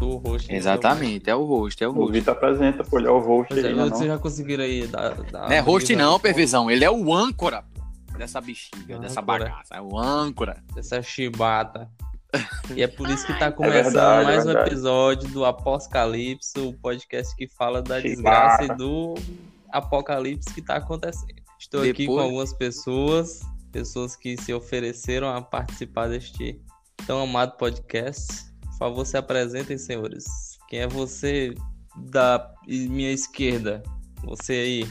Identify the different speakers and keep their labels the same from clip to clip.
Speaker 1: do host.
Speaker 2: Exatamente, é o host, é o
Speaker 3: O
Speaker 2: host.
Speaker 3: Vitor apresenta, pô, ele é o host
Speaker 1: Pois é,
Speaker 3: aí, né,
Speaker 1: vocês
Speaker 3: não?
Speaker 1: já conseguiram aí dar. dar
Speaker 2: Não é host
Speaker 1: uma
Speaker 2: não,
Speaker 1: visão
Speaker 2: pervezão. Ele é o âncora dessa bexiga, dessa
Speaker 1: Âncora.
Speaker 2: bagaça. É o âncora.
Speaker 1: Dessa chibata. E é por isso que tá começando
Speaker 3: verdade, é
Speaker 1: mais um
Speaker 3: verdade.
Speaker 1: episódio do Apocalipse, o podcast que fala da
Speaker 3: Chibata.
Speaker 1: desgraça e do apocalipse que tá acontecendo. Estou aqui com
Speaker 2: Depois-
Speaker 1: algumas pessoas, pessoas que se ofereceram a participar deste tão amado podcast. Por favor, se apresentem, senhores. Quem é você da minha esquerda? Você aí.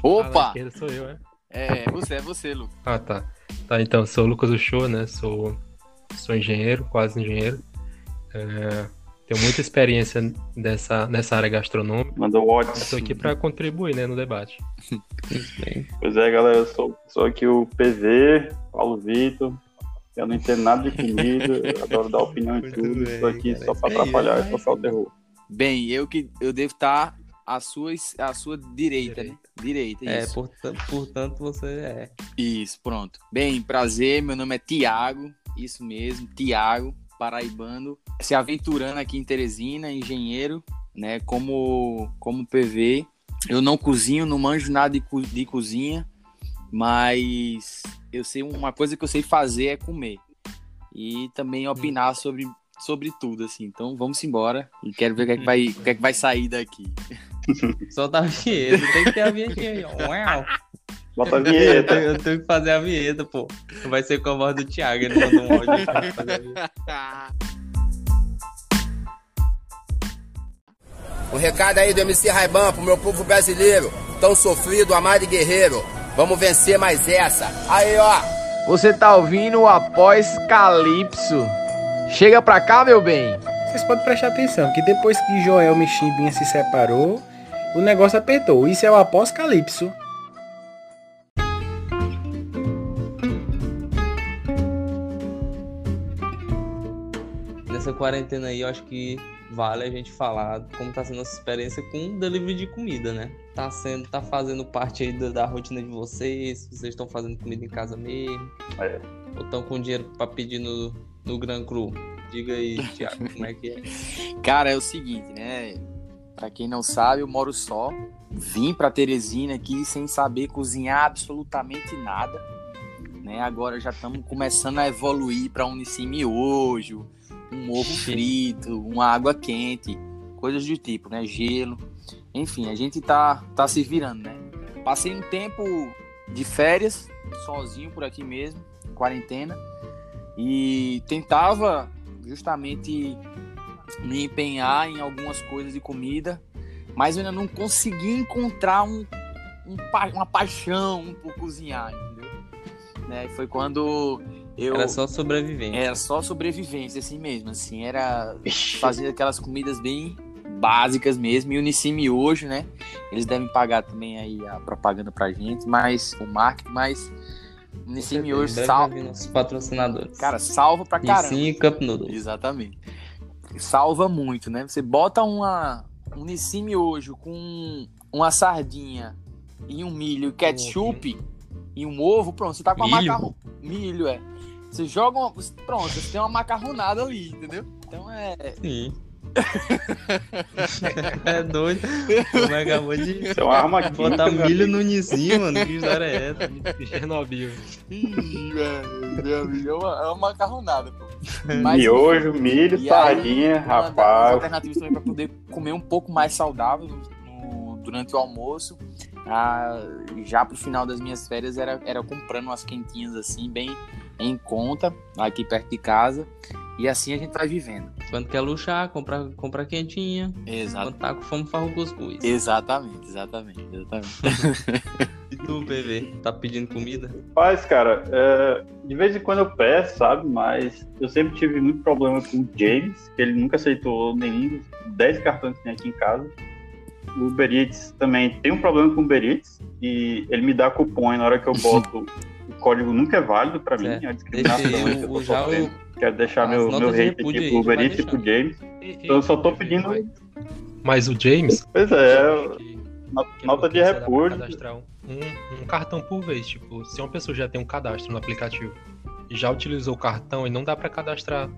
Speaker 4: Fala,
Speaker 2: Opa!
Speaker 4: esquerda sou eu, é?
Speaker 2: É, você, é você, Lu.
Speaker 4: Ah, tá. Tá, então, eu sou o Lucas Uchoa, né? Sou, sou engenheiro, quase engenheiro. É, tenho muita experiência dessa, nessa área gastronômica.
Speaker 3: Mandou o
Speaker 4: Eu
Speaker 3: Otis.
Speaker 4: tô aqui pra contribuir, né, no debate.
Speaker 3: Pois é, galera, eu sou, sou aqui o PV, Paulo Vitor. Eu não entendo nada de comida, eu adoro dar opinião em
Speaker 1: Muito
Speaker 3: tudo.
Speaker 1: bem,
Speaker 3: Estou aqui
Speaker 1: cara,
Speaker 3: só pra
Speaker 1: isso aí, né?
Speaker 3: atrapalhar,
Speaker 1: vai.
Speaker 3: só pra o terror.
Speaker 2: Bem, eu que eu devo estar à sua, es- à sua direita, né? Direita,
Speaker 1: É,
Speaker 2: isso.
Speaker 1: portanto, portanto, você é.
Speaker 2: Isso, pronto. Bem, prazer, meu nome é Tiago, isso mesmo, Tiago, paraibano, se aventurando aqui em Teresina, engenheiro, né, como, como PV. Eu não cozinho, não manjo nada de, co- de cozinha, mas eu sei, uma coisa que eu sei fazer é comer. E também opinar sobre, sobre tudo, assim. Então vamos embora e quero ver o que é que vai, o que é que vai sair daqui.
Speaker 1: Solta a vinheta, tem que ter a vinhetinha aí. ó. Uau.
Speaker 3: Bota a
Speaker 1: Eu
Speaker 3: vinheta.
Speaker 1: tenho, eu tenho que fazer a vinheta, pô. Vai ser com a voz do Thiago, ele mandou um áudio pra fazer a vinheta.
Speaker 5: Um recado aí do MC Raiban pro meu povo brasileiro, tão sofrido, amado e guerreiro. Vamos vencer mais essa. Aí, ó.
Speaker 6: Você tá ouvindo o Após Calypso. Chega pra cá, meu bem.
Speaker 7: Vocês podem prestar atenção que depois que Joel Michimbinha se separou, o negócio apertou. Isso é o apocalipse.
Speaker 1: Nessa quarentena aí, eu acho que vale a gente falar como tá sendo nossa experiência com delivery de comida, né? Tá sendo, tá fazendo parte aí da, da rotina de vocês, vocês estão fazendo comida em casa mesmo.
Speaker 3: É.
Speaker 1: Ou estão com dinheiro pra pedir no, no Gran Cru? Diga aí, Thiago, como é que é?
Speaker 2: Cara, é o seguinte, né? Pra quem não sabe, eu moro só. Vim pra Teresina aqui sem saber cozinhar absolutamente nada. Né? Agora já estamos começando a evoluir pra um miojo, um ovo frito, uma água quente, coisas do tipo, né? Gelo. Enfim, a gente tá, tá se virando, né? Passei um tempo de férias, sozinho por aqui mesmo, quarentena, e tentava justamente me empenhar em algumas coisas de comida, mas eu ainda não consegui encontrar um, um pa- uma paixão um por cozinhar, entendeu? Né? Foi quando eu É,
Speaker 1: Era só sobrevivência.
Speaker 2: era só sobrevivência, assim mesmo, assim, era fazer aquelas comidas bem básicas mesmo, e o Unicime hoje, né, eles devem pagar também aí a propaganda pra gente, mas, o marketing, mas o Unicime hoje
Speaker 1: Em breve vai
Speaker 2: salva,
Speaker 1: vir nossos patrocinadores.
Speaker 2: cara, salva pra
Speaker 1: e
Speaker 2: caramba.
Speaker 1: sim, Cup Noodles.
Speaker 2: Exatamente. Salva muito, né? Você bota uma, um Nissimi hoje com uma sardinha e um milho, ketchup e um ovo, pronto, você tá com a
Speaker 1: Milho?
Speaker 2: macarrão. Milho, é. Você joga uma. Pronto, você tem uma macarronada ali, entendeu? Então é.
Speaker 1: Sim. é doido. O Mega acabou de
Speaker 3: Isso é uma arma aqui.
Speaker 1: botar milho no Nissim, mano. Que história é essa?
Speaker 4: Chernobyl.
Speaker 2: Ih, velho, meu amigo, é uma, é uma macarronada, pô.
Speaker 3: Miojo, milho,
Speaker 2: E aí,
Speaker 3: sardinha,
Speaker 2: uma das
Speaker 3: rapaz.
Speaker 2: alternativas também para poder comer um pouco mais saudável no- durante o almoço. Ah, já pro final das minhas férias era, era comprando umas quentinhas assim, bem em conta, aqui perto de casa. E assim a gente vai vivendo.
Speaker 1: Quando quer luxar, comprar compra quentinha.
Speaker 2: Exato.
Speaker 1: Quando tá com fome, faz o cuscuz.
Speaker 2: Exatamente, exatamente, exatamente.
Speaker 1: E tu, PV? Tá pedindo comida?
Speaker 3: Rapaz, cara, é, de vez em quando eu peço, sabe? Mas eu sempre tive muito problema com o James, que ele nunca aceitou nenhum dos 10 cartões que tem aqui em casa. O Uber Eats também tem um problema com o Uber Eats, e ele me dá cupom e na hora que eu boto. O código nunca é válido pra mim,
Speaker 1: Certo.
Speaker 3: é uma
Speaker 1: Deixa
Speaker 3: discriminação. aí que
Speaker 1: aí
Speaker 3: eu
Speaker 1: o,
Speaker 3: tô
Speaker 1: o, já
Speaker 3: sofrendo.
Speaker 1: o.
Speaker 3: Quero deixar
Speaker 1: as
Speaker 3: meu,
Speaker 1: notas
Speaker 3: meu
Speaker 1: de
Speaker 3: hate
Speaker 1: repúdio
Speaker 3: aqui
Speaker 1: aí,
Speaker 3: pro Uber
Speaker 1: vai
Speaker 3: Eats e pro
Speaker 1: deixando.
Speaker 3: James. Então eu só tô pedindo.
Speaker 4: Mas o James...
Speaker 3: Pois é,
Speaker 4: que-
Speaker 3: no-
Speaker 4: que
Speaker 3: nota de
Speaker 4: dá pra
Speaker 3: repúdio.
Speaker 4: cadastrar um, um- um cartão por vez. Tipo, se uma pessoa já tem um cadastro no aplicativo e já utilizou o cartão e não dá pra cadastrar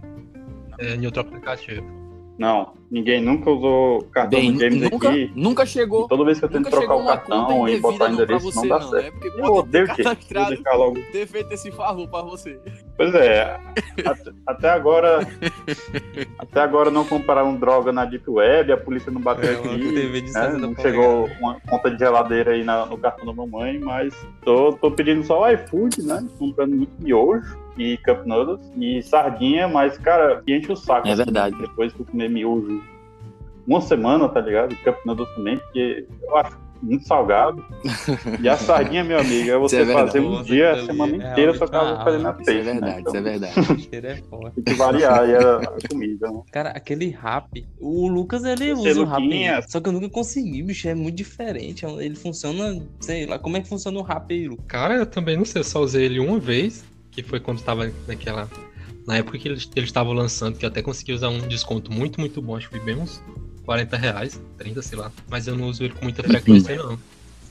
Speaker 4: é, em outro aplicativo.
Speaker 3: Não, ninguém nunca usou cartão
Speaker 2: Bem,
Speaker 3: do James
Speaker 2: nunca,
Speaker 3: Ah, aqui.
Speaker 2: nunca
Speaker 3: E
Speaker 2: chegou.
Speaker 3: toda vez que eu tento
Speaker 2: Nunca
Speaker 3: trocar
Speaker 2: chegou um
Speaker 3: o
Speaker 2: uma conta
Speaker 3: cartão e
Speaker 2: indevida
Speaker 3: botar o
Speaker 2: um não pra
Speaker 3: endereço,
Speaker 2: você,
Speaker 3: não dá
Speaker 2: não,
Speaker 3: certo.
Speaker 2: né? Porque
Speaker 3: Eu
Speaker 2: pode
Speaker 3: odeio
Speaker 2: ter
Speaker 3: o quê?
Speaker 2: cadastrado,
Speaker 3: Clicar logo.
Speaker 2: ter feito esse favor pra você.
Speaker 3: Pois é, at- até agora. até agora não compraram droga na Deep Web, a polícia não bateu
Speaker 1: É, uma
Speaker 3: aqui.
Speaker 1: TV de
Speaker 3: né?
Speaker 1: 60
Speaker 3: Não
Speaker 1: polegadas.
Speaker 3: chegou uma conta de geladeira aí na- no cartão da mamãe, mas tô, tô pedindo só o iFood, né? Comprando muito miojo e cup noodles e sardinha, mas, cara, enche o saco.
Speaker 2: É verdade.
Speaker 3: assim, Depois que eu comer miojo uma semana, tá ligado? E cup noodles também, porque eu acho muito salgado. E a sardinha, meu amigo, é você
Speaker 2: Isso é verdade.
Speaker 3: fazer um
Speaker 1: Nossa,
Speaker 3: dia, a
Speaker 1: aquilo ali
Speaker 3: semana
Speaker 1: é
Speaker 3: inteira, só
Speaker 1: realmente
Speaker 3: tava
Speaker 1: uma
Speaker 3: fazendo a
Speaker 1: aula.
Speaker 3: peixe.
Speaker 2: Isso é
Speaker 3: né?
Speaker 2: verdade,
Speaker 3: Então,
Speaker 2: isso é verdade.
Speaker 1: Cheiro é foda.
Speaker 3: Tem que variar aí a, a comida, né?
Speaker 1: Cara, aquele rap, o Lucas ele
Speaker 3: Você,
Speaker 1: usa o rap,
Speaker 3: Luquinha.
Speaker 1: só que eu nunca consegui, bicho, é muito diferente, é um- ele funciona, sei lá, como é que funciona o rap aí, Lucas?
Speaker 4: Cara, eu também não sei, eu só usei ele uma vez, que foi quando tava naquela. Na época que eles eles estavam lançando, que eu até consegui usar um desconto muito, muito bom, acho que foi bem uns 40 reais, 30, sei lá. Mas eu não uso ele com muita frequência, não.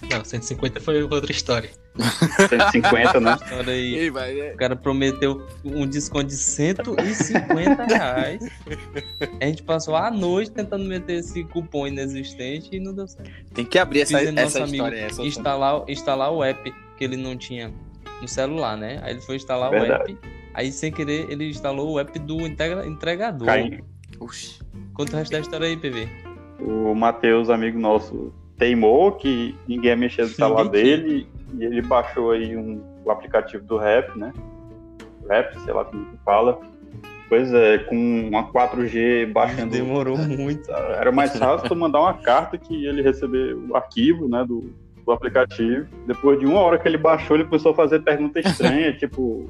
Speaker 4: Não, 150 foi outra história.
Speaker 3: 150, né?
Speaker 1: Olha aí,
Speaker 2: Ei, vai, é-
Speaker 1: o cara prometeu um desconto de 150 reais, a gente passou a noite tentando meter esse cupom inexistente e não deu certo.
Speaker 2: Tem que abrir essa,
Speaker 1: Fiz ele
Speaker 2: essa
Speaker 1: nosso
Speaker 2: história. Essa
Speaker 1: instalar, instalar o app que ele não tinha no celular, né? Aí ele foi instalar
Speaker 3: Verdade.
Speaker 1: o app, aí sem querer ele instalou o app do integra- entregador.
Speaker 3: Cai-
Speaker 2: Oxi.
Speaker 1: Conta o resto da história aí, PV.
Speaker 3: O Matheus, amigo nosso, teimou que ninguém ia mexer no celular dele e ele baixou aí um, o aplicativo do Rap, né? Rap, sei lá como que fala. Pois é, com uma 4G baixando.
Speaker 1: Demorou muito.
Speaker 3: Era mais fácil tu mandar uma carta que ele receber o arquivo, né, do, do aplicativo. Depois de uma hora que ele baixou, ele começou a fazer pergunta estranha, tipo...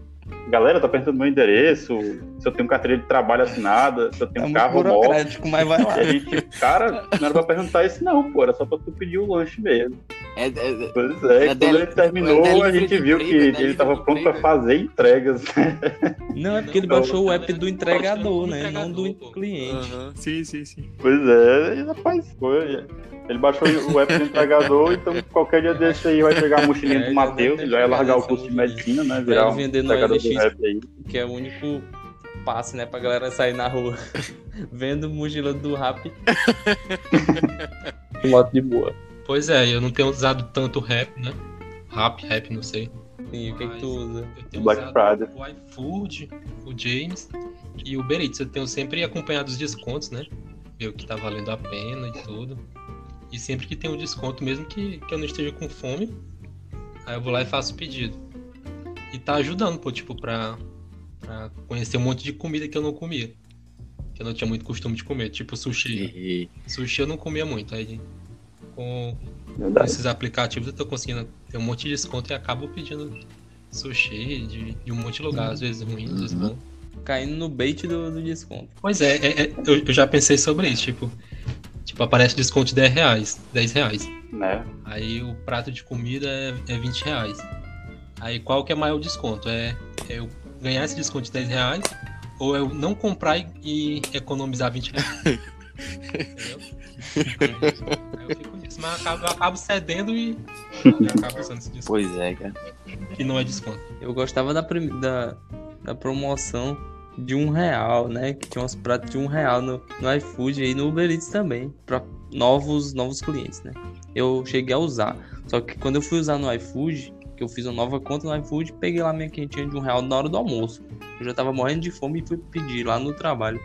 Speaker 3: Galera, tá perguntando meu endereço, se eu tenho carteira de trabalho assinada, se eu
Speaker 1: É
Speaker 3: tenho
Speaker 1: muito
Speaker 3: carro ou moto.
Speaker 1: burocrático, mas vai lá.
Speaker 3: E a gente, cara, não era pra perguntar isso não, pô, era só pra tu pedir o lanche mesmo.
Speaker 2: É, é- é-
Speaker 3: Pois é,
Speaker 2: É
Speaker 3: e quando
Speaker 2: deli-
Speaker 3: ele terminou,
Speaker 2: é
Speaker 3: a
Speaker 2: delivery
Speaker 3: gente
Speaker 2: de
Speaker 3: viu que
Speaker 2: entrega, é
Speaker 3: ele tava
Speaker 2: delivery de
Speaker 3: pronto pra
Speaker 2: entrega.
Speaker 3: fazer entregas. né?
Speaker 1: Não, é porque ele
Speaker 3: Não.
Speaker 1: baixou o app do entregador,
Speaker 4: Do
Speaker 1: né? Não do
Speaker 4: entregador, pô.
Speaker 1: cliente.
Speaker 2: Aham, Sim, sim, sim.
Speaker 3: Pois é, e rapaz, foi. Ele baixou o app do entregador, então qualquer dia desse aí vai pegar a mochilinha
Speaker 1: É,
Speaker 3: do Matheus,
Speaker 1: exatamente,
Speaker 3: ele vai largar o
Speaker 1: essa
Speaker 3: curso de
Speaker 1: mochilinha.
Speaker 3: medicina, né?
Speaker 1: Pra
Speaker 3: Virar
Speaker 1: ele
Speaker 3: um
Speaker 1: vender no
Speaker 3: entregador do
Speaker 1: LX,
Speaker 3: rap aí.
Speaker 4: Ah.
Speaker 1: que é o único passe, né? Pra galera sair na rua vendo mochila do rap. Moto de boa.
Speaker 4: Pois é, eu não tenho usado tanto rap, né? Rap, rap, não sei.
Speaker 1: Sim, o que, que tu usa?
Speaker 4: Eu tenho
Speaker 3: Black
Speaker 4: usado
Speaker 3: Friday.
Speaker 4: o iFood, o James e o Uber Eats. Eu tenho sempre acompanhado os descontos, né? Ver o que tá valendo a pena e tudo. E sempre que tem um desconto, mesmo que, que eu não esteja com fome, aí eu vou lá e faço o pedido. E tá ajudando, pô, tipo, pra, pra conhecer um monte de comida que eu não comia. Que eu não tinha muito costume de comer, tipo sushi.
Speaker 2: E-
Speaker 4: Sushi eu não comia muito, aí com com
Speaker 3: Verdade.
Speaker 4: esses aplicativos eu tô conseguindo ter um monte de desconto e acabo pedindo sushi de, de um monte de lugar, às vezes ruim, às vezes bom.
Speaker 1: Caindo no bait do, do desconto.
Speaker 4: Pois é, é- é, eu, eu já pensei sobre isso, tipo, tipo, aparece desconto de 10 reais, 10 reais.
Speaker 3: Né?
Speaker 4: Aí o prato de comida é, é 20 reais. Aí qual que é maior o desconto? É, é eu ganhar esse desconto de 10 reais ou eu não comprar e, e economizar 20 reais? Entendeu? Aí eu fico nisso, mas eu acabo, eu acabo cedendo e e acabo usando esse desconto
Speaker 2: Pois é, cara.
Speaker 4: que não é desconto.
Speaker 1: Eu gostava da, prim- da, da promoção de um real, né? Que tinha uns pratos de um real no, no iFood e no Uber Eats também. Pra novos, novos clientes, né? Eu cheguei a usar. Só que quando eu fui usar no iFood, que eu fiz uma nova conta no iFood, peguei lá minha quentinha de um real na hora do almoço. Eu já tava morrendo de fome e fui pedir lá no trabalho.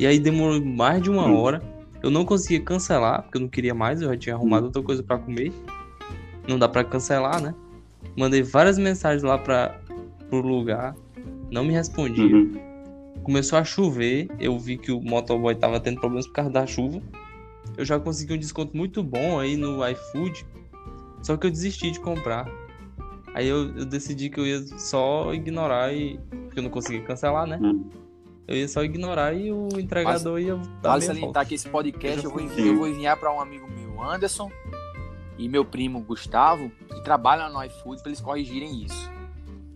Speaker 1: E aí demorou mais de uma
Speaker 3: Hum.
Speaker 1: hora. Eu não conseguia cancelar, porque eu não queria mais, eu já tinha arrumado outra coisa pra comer. Não dá pra cancelar, né? Mandei várias mensagens lá para pro lugar, não me respondiam.
Speaker 3: Uhum.
Speaker 1: Começou a chover, eu vi que o motoboy tava tendo problemas por causa da chuva. Eu já consegui um desconto muito bom aí no iFood, só que eu desisti de comprar. Aí eu, eu decidi que eu ia só ignorar e. Porque eu não conseguia cancelar, né?
Speaker 2: Hum.
Speaker 3: Uhum.
Speaker 1: Eu ia só ignorar e o entregador ia dar
Speaker 2: Vale
Speaker 1: minha
Speaker 2: salientar
Speaker 1: volta.
Speaker 2: que esse podcast eu vou enviar,
Speaker 3: Sim.
Speaker 2: eu vou enviar para um amigo meu, Anderson, e meu primo Gustavo, que trabalham no iFood, para eles corrigirem isso.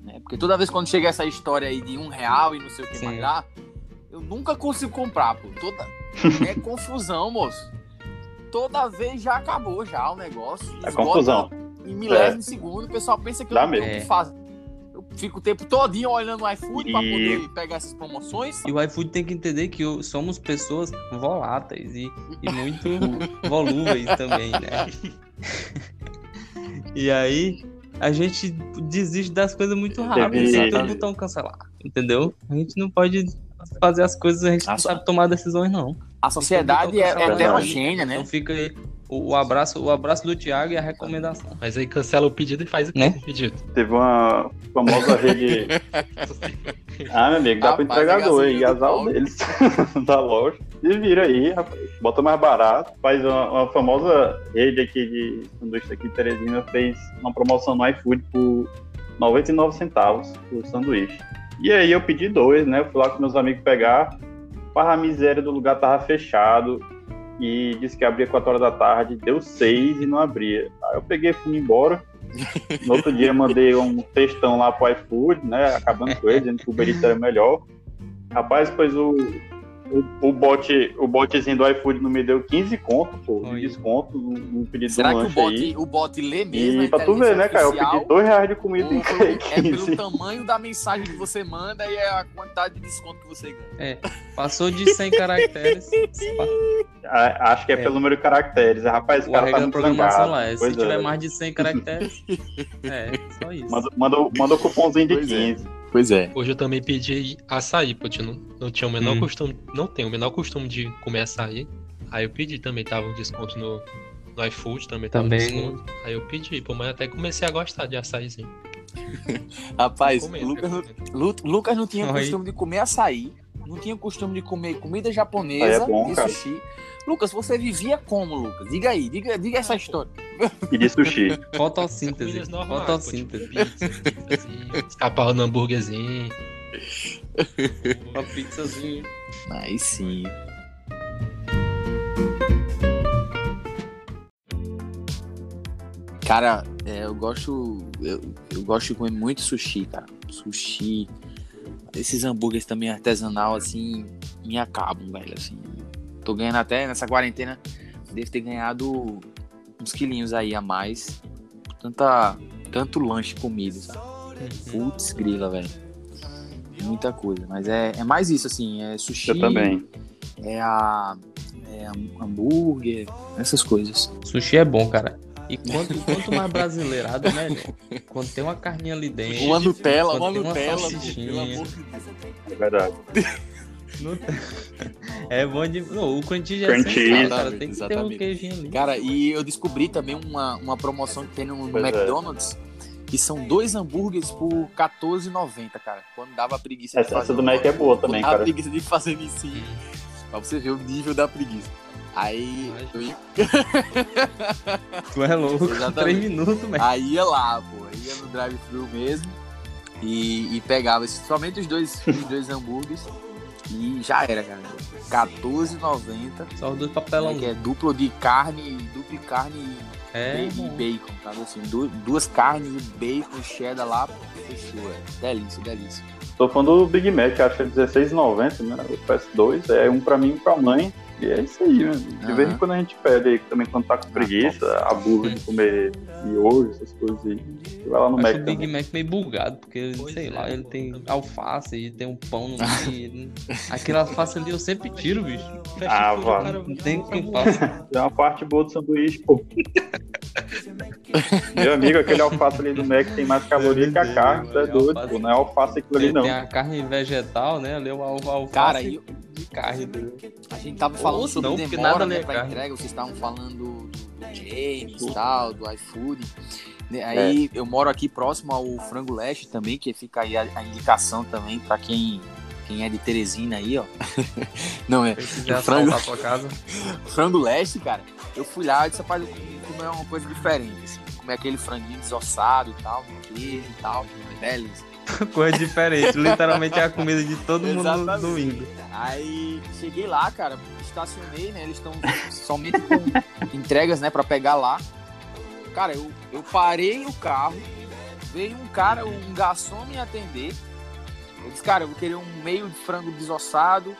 Speaker 2: Né? Porque toda vez quando chega essa história aí de um real e não sei o que
Speaker 1: Sim.
Speaker 2: mais lá, eu nunca consigo comprar, pô. Toda... É confusão, moço. Toda vez já acabou já o negócio.
Speaker 3: É
Speaker 2: Esgota
Speaker 3: confusão.
Speaker 2: Em milésimo segundo, o pessoal pensa que eu
Speaker 3: Dá
Speaker 2: não tenho o
Speaker 1: mesmo.
Speaker 2: que fazer. Eu fica o tempo todinho olhando o iFood pra
Speaker 3: E-
Speaker 2: poder pegar essas promoções.
Speaker 1: E o iFood tem que entender que o- somos pessoas voláteis e, e muito volúveis também, né? e aí a gente desiste das coisas muito rápido,
Speaker 3: Teve-
Speaker 1: só tem o botão cancelar, entendeu? A gente não pode fazer as coisas, a gente não
Speaker 2: Nossa.
Speaker 1: sabe tomar decisões, não.
Speaker 2: A sociedade é, é
Speaker 1: Verdade.
Speaker 2: heterogênea, né?
Speaker 1: Então fica aí o, o abraço, o abraço do Thiago e a recomendação.
Speaker 4: Mas aí cancela o pedido e faz o
Speaker 1: Né?
Speaker 4: né? pedido.
Speaker 3: Teve uma famosa rede. Ah, meu amigo, dá pro
Speaker 2: Rapaz,
Speaker 3: entregador
Speaker 2: é gasolina
Speaker 3: aí, azar
Speaker 2: do pobre.
Speaker 3: deles da loja. E vira aí, rapaz. Bota mais barato. Faz uma, uma famosa rede aqui de sanduíche aqui de Teresina fez uma promoção no iFood por 99 centavos por sanduíche. E aí eu pedi dois, né? Eu fui lá com meus amigos pegar. Para a miséria do lugar tava fechado e disse que abria 4 horas da tarde, deu 6 e não abria. Aí eu peguei e fui embora. No outro dia eu mandei um textão lá pro iFood, né? Acabando com ele, dizendo que o Uber Eats era melhor. Rapaz, pois o, o, o, bote, o botezinho do iFood não me deu 15 conto, pô,
Speaker 1: Olha.
Speaker 3: de desconto no, no pedido
Speaker 2: Será
Speaker 3: do
Speaker 2: que o
Speaker 3: um lanche aí.
Speaker 2: bot, o bot lê mesmo?
Speaker 3: E pra tu ver, né, cara? Eu pedi um 2 reais de comida e ganhei
Speaker 2: É pelo
Speaker 3: 15.
Speaker 2: tamanho da mensagem que você manda e é a quantidade de desconto que você ganha.
Speaker 1: Passou de 100 caracteres,
Speaker 3: A- Acho que é,
Speaker 1: É.
Speaker 3: pelo número de caracteres. Rapaz, o
Speaker 1: o a
Speaker 3: cara tá
Speaker 1: regra da
Speaker 3: muito
Speaker 1: programação
Speaker 3: zangado.
Speaker 1: lá é, se
Speaker 3: Pois é.
Speaker 1: tiver mais de 100 caracteres, é, só isso.
Speaker 3: Manda, manda, o- manda o cupomzinho de
Speaker 2: Pois é.
Speaker 3: 15.
Speaker 2: Pois é.
Speaker 4: Hoje eu também pedi açaí, pô. Eu não, não tinha o menor
Speaker 1: Hum.
Speaker 4: costume. Não tenho o menor costume de comer açaí. Aí eu pedi também, tava um desconto no, no iFood, também tava um
Speaker 1: Também.
Speaker 4: desconto. Aí eu pedi, pô, mas até comecei a gostar de açaizinho.
Speaker 2: Rapaz,
Speaker 4: Comer,
Speaker 2: Lucas,
Speaker 4: né?
Speaker 2: Lu- Lucas não tinha
Speaker 1: Aí.
Speaker 2: costume de comer açaí, não tinha costume de comer comida japonesa
Speaker 3: Aí é bom,
Speaker 2: e
Speaker 3: cara.
Speaker 2: sushi. Lucas, você vivia como, Lucas? Diga aí, diga, diga essa história.
Speaker 3: E de sushi.
Speaker 1: Fotossíntese.
Speaker 4: Comidas normais, pô, tipo
Speaker 1: Fotossíntese.
Speaker 4: pizza, pizzazinho, escapar no hambúrguerzinho.
Speaker 1: Uma pizzazinha.
Speaker 2: Aí sim. Cara, é, eu gosto. Eu, eu gosto de comer muito sushi, cara. Sushi. Esses hambúrgueres também artesanal, assim, me acabam, velho. Assim. Tô ganhando até nessa quarentena. Devo ter ganhado uns quilinhos aí a mais. Tanta, tanto lanche comido, sabe? Putz, grila, velho. Muita coisa. Mas é, é mais isso, assim. É sushi
Speaker 3: Eu também.
Speaker 2: é a é ham- hambúrguer, essas coisas.
Speaker 1: Sushi é bom, cara. E quanto, quanto mais brasileirado, melhor. Quando tem uma carninha ali dentro.
Speaker 2: Uma Nutella,
Speaker 1: quando
Speaker 2: uma
Speaker 1: tem uma
Speaker 2: Nutella, pô,
Speaker 1: salsichinha.
Speaker 2: pelo amor de Deus.
Speaker 3: É verdade.
Speaker 1: É bom de. Não, o crunchy já
Speaker 3: Crunch.
Speaker 1: é sensacional, cara. Tem que ter um
Speaker 2: Exatamente.
Speaker 1: queijinho ali.
Speaker 2: Cara, e eu descobri também uma, uma promoção que tem no, no
Speaker 3: Pois é.
Speaker 2: McDonald's, que são dois hambúrgueres por R$14,90, cara. Quando dava preguiça um
Speaker 3: Essa, essa do Mac é boa também,
Speaker 2: dava
Speaker 3: cara.
Speaker 2: preguiça de fazer em si. Pra você ver o nível da preguiça. Aí eu ia
Speaker 1: Tu é louco.
Speaker 2: Exatamente.
Speaker 1: Três minutos, velho.
Speaker 2: Aí ia lá, pô, ia no drive-thru mesmo e, e pegava esses- somente os dois, os dois hambúrgueres e já era, cara. 14,90,
Speaker 1: Só os dois
Speaker 2: né,
Speaker 3: Tá
Speaker 1: papelão.
Speaker 2: que
Speaker 3: um-
Speaker 2: é duplo de carne, duplo de carne e-
Speaker 1: É,
Speaker 2: e,
Speaker 1: mano.
Speaker 2: bacon, tá? Assim, du- duas carnes e bacon cheddar lá, pô, fechou, é. Delícia, delícia.
Speaker 3: Tô falando do Big Mac, acho que é 16,90, né? O PS2, é um pra mim e um pra mãe. E é isso aí, mano. De vez em
Speaker 2: Aham.
Speaker 3: quando a gente pede aí, também quando tá com preguiça, a burra de comer miojo, essas coisas aí. Você vai lá no
Speaker 1: Acho
Speaker 3: Mac
Speaker 1: o Big
Speaker 3: também.
Speaker 1: Mac meio bulgado, porque,
Speaker 4: Pois
Speaker 1: sei
Speaker 4: é,
Speaker 1: lá, ele
Speaker 4: pô,
Speaker 1: tem
Speaker 4: também.
Speaker 1: alface, ele tem um pão no meio. Aquela alface ali eu sempre tiro, bicho.
Speaker 3: Ah, vá.
Speaker 1: Não tem
Speaker 4: um
Speaker 1: quem faça.
Speaker 3: É uma parte boa do sanduíche, pô. Meu amigo, aquele alface ali do Mac tem mais caloria que a carne, tu é doido, pô. Não é alface aquilo ali,
Speaker 1: Tem,
Speaker 3: não.
Speaker 1: tem a carne vegetal, né? Ali é uma alfa- alface
Speaker 2: Cara, e eu-
Speaker 1: de carne, entendeu?
Speaker 2: a gente tava falando
Speaker 1: Ou
Speaker 2: sobre
Speaker 1: não, porque
Speaker 2: demora
Speaker 1: nada É.
Speaker 2: né,
Speaker 1: ali é
Speaker 2: pra
Speaker 1: carne.
Speaker 2: entrega, vocês estavam falando do, do James e tal, do iFood. né? Aí eu moro aqui próximo ao Frango Leste também, que fica aí a, a indicação também pra quem, quem é de Teresina aí, ó. Não, é
Speaker 1: Se quiser
Speaker 2: frango-
Speaker 1: assaltar a tua casa.
Speaker 2: frango leste, cara, eu fui lá e disse, rapaz, eu comi- comer uma coisa diferente, assim. Comer aquele franguinho desossado e tal, com queijo e tal, é beleza.
Speaker 1: Coisa diferente. Literalmente é a comida de todo mundo no
Speaker 2: Exatamente.
Speaker 1: domingo.
Speaker 2: Aí cheguei lá, cara, estacionei, né? Eles estão somente com entregas, né, pra pegar lá. Cara, eu, eu parei o carro, veio um cara, um garçom me atender. Eu disse, cara, eu vou querer um meio de frango desossado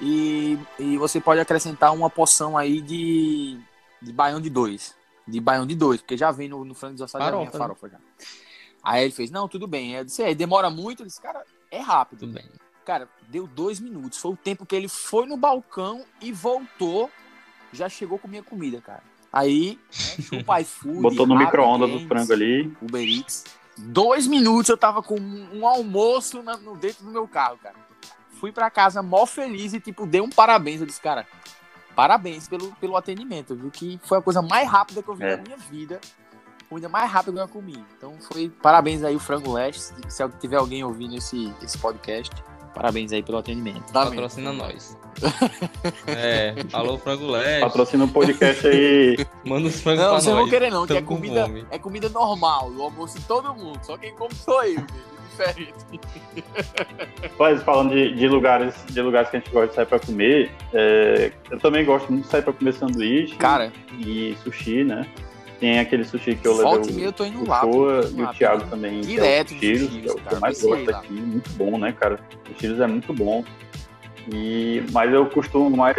Speaker 2: e, e você pode acrescentar uma porção aí de, de baião de dois. De baião de dois, porque já vem no, no frango desossado já vem a
Speaker 1: Farofa, né?
Speaker 2: farofa já. Aí ele fez, não, tudo bem. Aí eu disse, aí demora muito? Ele disse, cara, é rápido.
Speaker 1: Tudo bem.
Speaker 2: Cara, deu dois minutos. Foi o tempo que ele foi no balcão e voltou. Já chegou com minha comida, cara. Aí, né, chupa iFood.
Speaker 3: Botou no
Speaker 2: Rappi
Speaker 3: micro-ondas
Speaker 2: Games,
Speaker 3: do frango ali.
Speaker 2: Uber Eats. Dois minutos eu tava com um um almoço na- no dentro do meu carro, cara. Fui pra casa mó feliz e, tipo, dei um parabéns. Eu disse, cara, parabéns pelo, pelo atendimento, viu? Que foi a coisa mais rápida que eu vi
Speaker 3: É.
Speaker 2: na minha vida. Comida mais rápida que eu já comi. Então, foi parabéns aí o Frango Leste. Se- Se tiver alguém ouvindo esse, esse podcast, parabéns aí pelo atendimento. Tá mesmo.
Speaker 1: Patrocina nós. é, alô, Frango Leste.
Speaker 3: Patrocina o podcast aí.
Speaker 1: Manda os frangos
Speaker 2: Não,
Speaker 1: pra
Speaker 2: vocês
Speaker 1: nós.
Speaker 2: vão querer não, que
Speaker 1: Tamo
Speaker 2: é
Speaker 1: com
Speaker 2: comida,
Speaker 1: fome.
Speaker 2: é comida normal, o almoço de todo mundo, só quem come sou eu, filho, diferente.
Speaker 3: Mas falando de, de lugares, de lugares que a gente gosta de sair pra comer, é, eu também gosto muito de sair pra comer sanduíche
Speaker 2: Cara,
Speaker 3: e sushi, né? Tem aquele sushi que eu
Speaker 2: volta e meia
Speaker 3: levei
Speaker 2: eu tô indo
Speaker 3: o, o
Speaker 2: lá.
Speaker 3: Shoa
Speaker 2: tô indo
Speaker 3: e
Speaker 2: lá,
Speaker 3: o Thiago
Speaker 2: tô
Speaker 3: também. que é o
Speaker 2: direto nos
Speaker 3: Cheetos,
Speaker 2: Cheetos,
Speaker 3: que é o que
Speaker 2: cara,
Speaker 3: eu mais
Speaker 2: pensei
Speaker 3: gosto
Speaker 2: lá.
Speaker 3: aqui. Muito bom, né, cara? O Cheetos é muito bom. E, mas eu costumo mais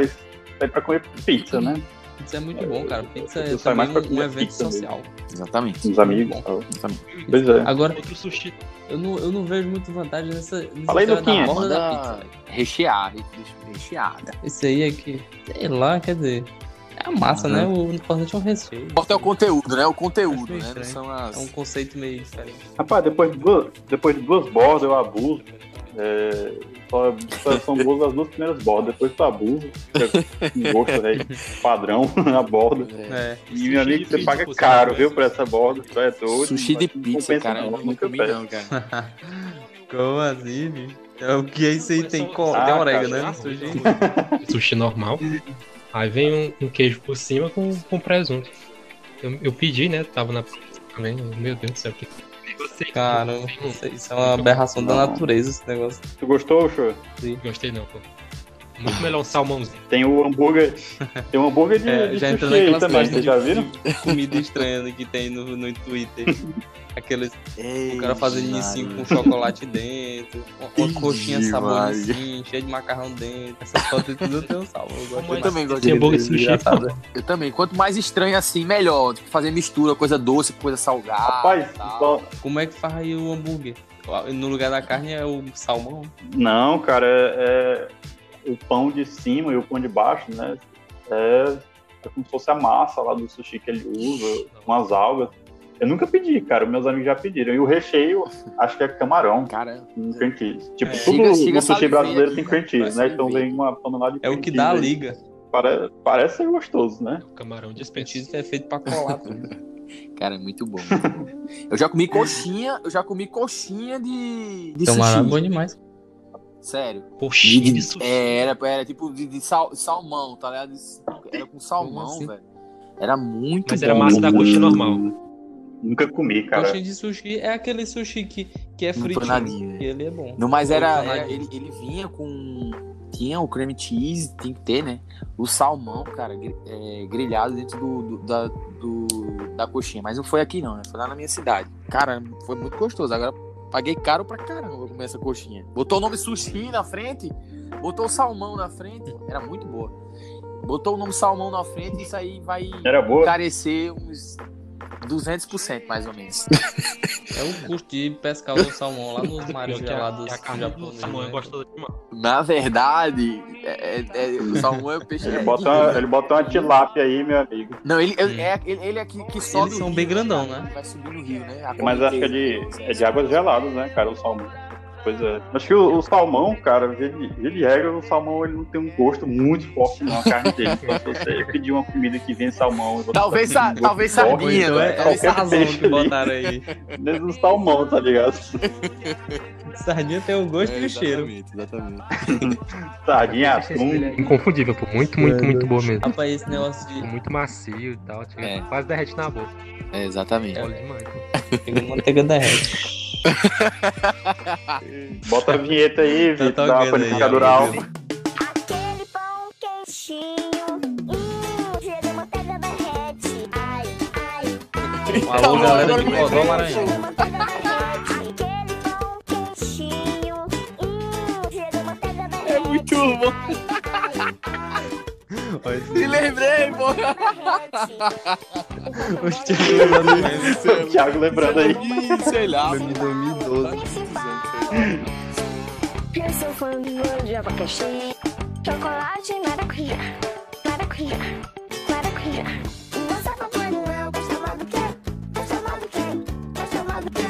Speaker 3: sair pra comer pizza, né?
Speaker 1: Pizza é muito bom, cara. Pizza é
Speaker 3: Eu saio mais
Speaker 1: também
Speaker 3: pra
Speaker 1: um, um
Speaker 3: comer
Speaker 1: evento
Speaker 3: pizza mesmo.
Speaker 1: social.
Speaker 2: Exatamente.
Speaker 3: Com os amigos.
Speaker 1: Bom.
Speaker 3: tal.
Speaker 2: Exatamente.
Speaker 3: Pois é.
Speaker 1: Agora,
Speaker 4: Outro sushi.
Speaker 1: eu não, eu não vejo muito vantagem nessa, nessa
Speaker 3: Fala aí,
Speaker 1: história da
Speaker 3: Luquinha.
Speaker 1: borda da pizza.
Speaker 2: Manda né? rechear, reche- recheada.
Speaker 1: Esse aí é que, sei lá, quer dizer, é a massa,
Speaker 2: Uhum.
Speaker 1: né? O importante é o recheio.
Speaker 2: Importa é o conteúdo, né? O conteúdo,
Speaker 1: Acho
Speaker 2: né? Não
Speaker 1: estranho.
Speaker 2: são as...
Speaker 1: É um conceito meio diferente.
Speaker 3: Rapaz, depois de duas, depois de duas bordas eu abuso. É, só, só são boas as duas primeiras bordas, depois tu abuso. Fica com gosto aí, padrão na borda.
Speaker 2: É.
Speaker 1: É.
Speaker 3: E meu amigo, você paga caro, viu, por essa borda. Tu é doido.
Speaker 2: Sushi de
Speaker 3: mas não
Speaker 2: pizza,
Speaker 3: compensa
Speaker 2: cara. é Eu não
Speaker 3: nunca
Speaker 2: comi
Speaker 3: peço.
Speaker 2: não, cara.
Speaker 1: Como assim, bicho? É o que aí você tem, co-
Speaker 3: Ah,
Speaker 1: tem
Speaker 3: cara,
Speaker 1: orégano, né?
Speaker 3: já
Speaker 1: no
Speaker 4: é
Speaker 1: sujeito?
Speaker 4: Sushi normal. Aí vem um, um queijo por cima com, com presunto. Eu, eu pedi, né? Tava na também. Meu Deus do céu. Que... Gostei.
Speaker 1: Cara,
Speaker 4: Não tem um-
Speaker 1: isso- isso é uma aberração da
Speaker 3: Não.
Speaker 1: natureza, esse negócio.
Speaker 3: Tu gostou, show?
Speaker 4: Gostei não, pô. Muito melhor um salmãozinho.
Speaker 3: Tem o hambúrguer. Tem o hambúrguer de,
Speaker 1: É,
Speaker 3: de
Speaker 1: já
Speaker 3: sushi
Speaker 1: entrou
Speaker 3: aí
Speaker 1: naquelas
Speaker 3: também, vocês
Speaker 1: listas
Speaker 3: já viram?
Speaker 1: de comida estranha que tem no, no Twitter. Aqueles, o cara fazendo nisso com chocolate dentro, uma- uma,
Speaker 2: Entendi,
Speaker 1: coxinha
Speaker 2: Maria.
Speaker 1: saboricinha, cheia de macarrão dentro. Essas fotos tudo eu tenho salvo. Eu gosto
Speaker 4: Como
Speaker 2: Eu
Speaker 1: demais.
Speaker 2: é também gosto
Speaker 4: Tem
Speaker 2: de...
Speaker 4: hambúrguer de sushi.
Speaker 1: Engraçado.
Speaker 2: Eu também. Quanto mais estranho assim, melhor. Tipo, fazer mistura, coisa doce, coisa salgada.
Speaker 3: Rapaz,
Speaker 2: tal.
Speaker 3: só-
Speaker 1: Como é que faz aí o hambúrguer? No lugar da carne é o salmão.
Speaker 3: Não, cara, é, é o pão de cima e o pão de baixo, né? É, é como se fosse a massa lá do sushi que ele usa, umas algas. Eu nunca pedi, cara, meus amigos já pediram. E o recheio, acho que é camarão,
Speaker 2: Cara,
Speaker 3: um cream cheese. Tipo,
Speaker 1: É,
Speaker 3: tudo
Speaker 2: chega- chega
Speaker 3: no sushi
Speaker 2: salivei
Speaker 3: brasileiro
Speaker 2: aqui,
Speaker 3: tem
Speaker 2: cara,
Speaker 3: cream cheese, né?
Speaker 2: parece um
Speaker 3: Então
Speaker 2: salivei.
Speaker 3: vem uma panelada de
Speaker 1: É o
Speaker 3: cream
Speaker 1: que dá a
Speaker 3: cheese aí.
Speaker 1: liga.
Speaker 3: Pare- Parece ser gostoso, né?
Speaker 4: Camarão
Speaker 1: O
Speaker 4: dispensa.
Speaker 1: petisco é feito pra colar tudo.
Speaker 2: cara, é muito bom. muito bom. eu já comi coxinha, eu já comi coxinha de, de
Speaker 1: Camarão é bom
Speaker 2: sushi.
Speaker 1: demais.
Speaker 2: Sério.
Speaker 4: Coxinha de sushi.
Speaker 2: É, era, era tipo de, de sal- salmão, tá ligado? Era com salmão,
Speaker 1: assim?
Speaker 2: velho. Era muito
Speaker 4: Mas era
Speaker 2: bom.
Speaker 4: massa da coxinha normal.
Speaker 3: Nunca comi, cara.
Speaker 1: Coxinha de sushi é aquele sushi que, que é fritinho.
Speaker 2: Empanadinha.
Speaker 1: E ele é bom.
Speaker 2: Não, mas era.
Speaker 1: Empanadinha.
Speaker 2: era- ele, ele vinha com. Tinha o creme cheese, tem que ter, né? O salmão, cara, gri- é, grelhado dentro do, do- da, do- da coxinha. Mas não foi aqui, não, né? Foi lá na minha cidade. Cara, foi muito gostoso. Agora paguei caro pra caramba comer essa coxinha. Botou o nome sushi na frente, botou o salmão na frente, era muito boa. Botou o nome salmão na frente, isso aí vai
Speaker 4: É
Speaker 3: Era boa.
Speaker 2: encarecer uns 200% mais ou menos.
Speaker 1: É o custo de pescar o salmão lá nos mares
Speaker 4: Pior que a,
Speaker 1: gelados
Speaker 4: que a carne do
Speaker 1: japoneses.
Speaker 4: salmão é
Speaker 1: né?
Speaker 4: gostosa demais.
Speaker 2: Na verdade, é, é- é- o salmão é o peixe.
Speaker 3: Ele
Speaker 2: é
Speaker 3: bota,
Speaker 2: gigante.
Speaker 3: uma, ele bota uma tilápia aí, meu amigo.
Speaker 2: Não, ele,
Speaker 1: Hum.
Speaker 2: é, ele, ele é que, que sobe.
Speaker 1: Eles
Speaker 2: o
Speaker 1: são
Speaker 2: rio,
Speaker 1: bem grandão,
Speaker 2: cara.
Speaker 1: né?
Speaker 2: Ele Vai subir no rio, né? A
Speaker 3: Mas acho que é
Speaker 2: correnteza.
Speaker 3: de, é de águas geladas, né, cara, o salmão. Pois é. Acho que o, o salmão, cara, via de via de regra, o salmão ele não tem um gosto muito forte não, a carne dele. Então, se você pedir uma comida que vem salmão, você
Speaker 2: Talvez, sa-
Speaker 3: Gosto
Speaker 2: talvez
Speaker 3: forte,
Speaker 2: sardinha,
Speaker 1: Então é, é
Speaker 2: né? Talvez
Speaker 1: essa
Speaker 3: Qualquer
Speaker 1: razão
Speaker 3: peixe
Speaker 1: que
Speaker 3: ali.
Speaker 1: botaram aí.
Speaker 3: mesmo o salmão, tá ligado?
Speaker 1: Sardinha tem o gosto e o cheiro.
Speaker 2: Exatamente, exatamente.
Speaker 3: Sardinha, atum.
Speaker 8: Inconfundível, pô. Muito, muito, muito boa mesmo.
Speaker 1: Rapaz, esse negócio de
Speaker 8: Muito macio e tal. Tipo,
Speaker 2: Ah. É.
Speaker 8: Quase derrete na boca.
Speaker 2: É, exatamente.
Speaker 8: Olha demais.
Speaker 1: Pegou manteiga derrete.
Speaker 3: Bota a vinheta aí,
Speaker 1: Tá
Speaker 3: Vitor,
Speaker 1: tocando
Speaker 3: da
Speaker 1: aí,
Speaker 3: panificadora
Speaker 1: ó.
Speaker 3: alta.
Speaker 9: Aquele pão queixinho, hum, cheio de manteiga derrete. Ai, ai, ai.
Speaker 1: Alô, É galera de
Speaker 9: Cheio
Speaker 1: Codó, Maranhão.
Speaker 9: manteiga derrete. Aquele pão queixinho, hum, cheio de manteiga derrete. É muito bom.
Speaker 2: Me lembrei, pô.
Speaker 10: O Thiago lembrando
Speaker 3: O Thiago lembrando aí.
Speaker 2: Ih, sei lá.
Speaker 10: de 2012.
Speaker 9: Eu sou fã de bolo de abacaxi, chocolate e maracujá, maracujá, maracujá. Nossa, é Papai Noel, gosta mais do quê? Gosta mais do quê? Gosta mais do quê?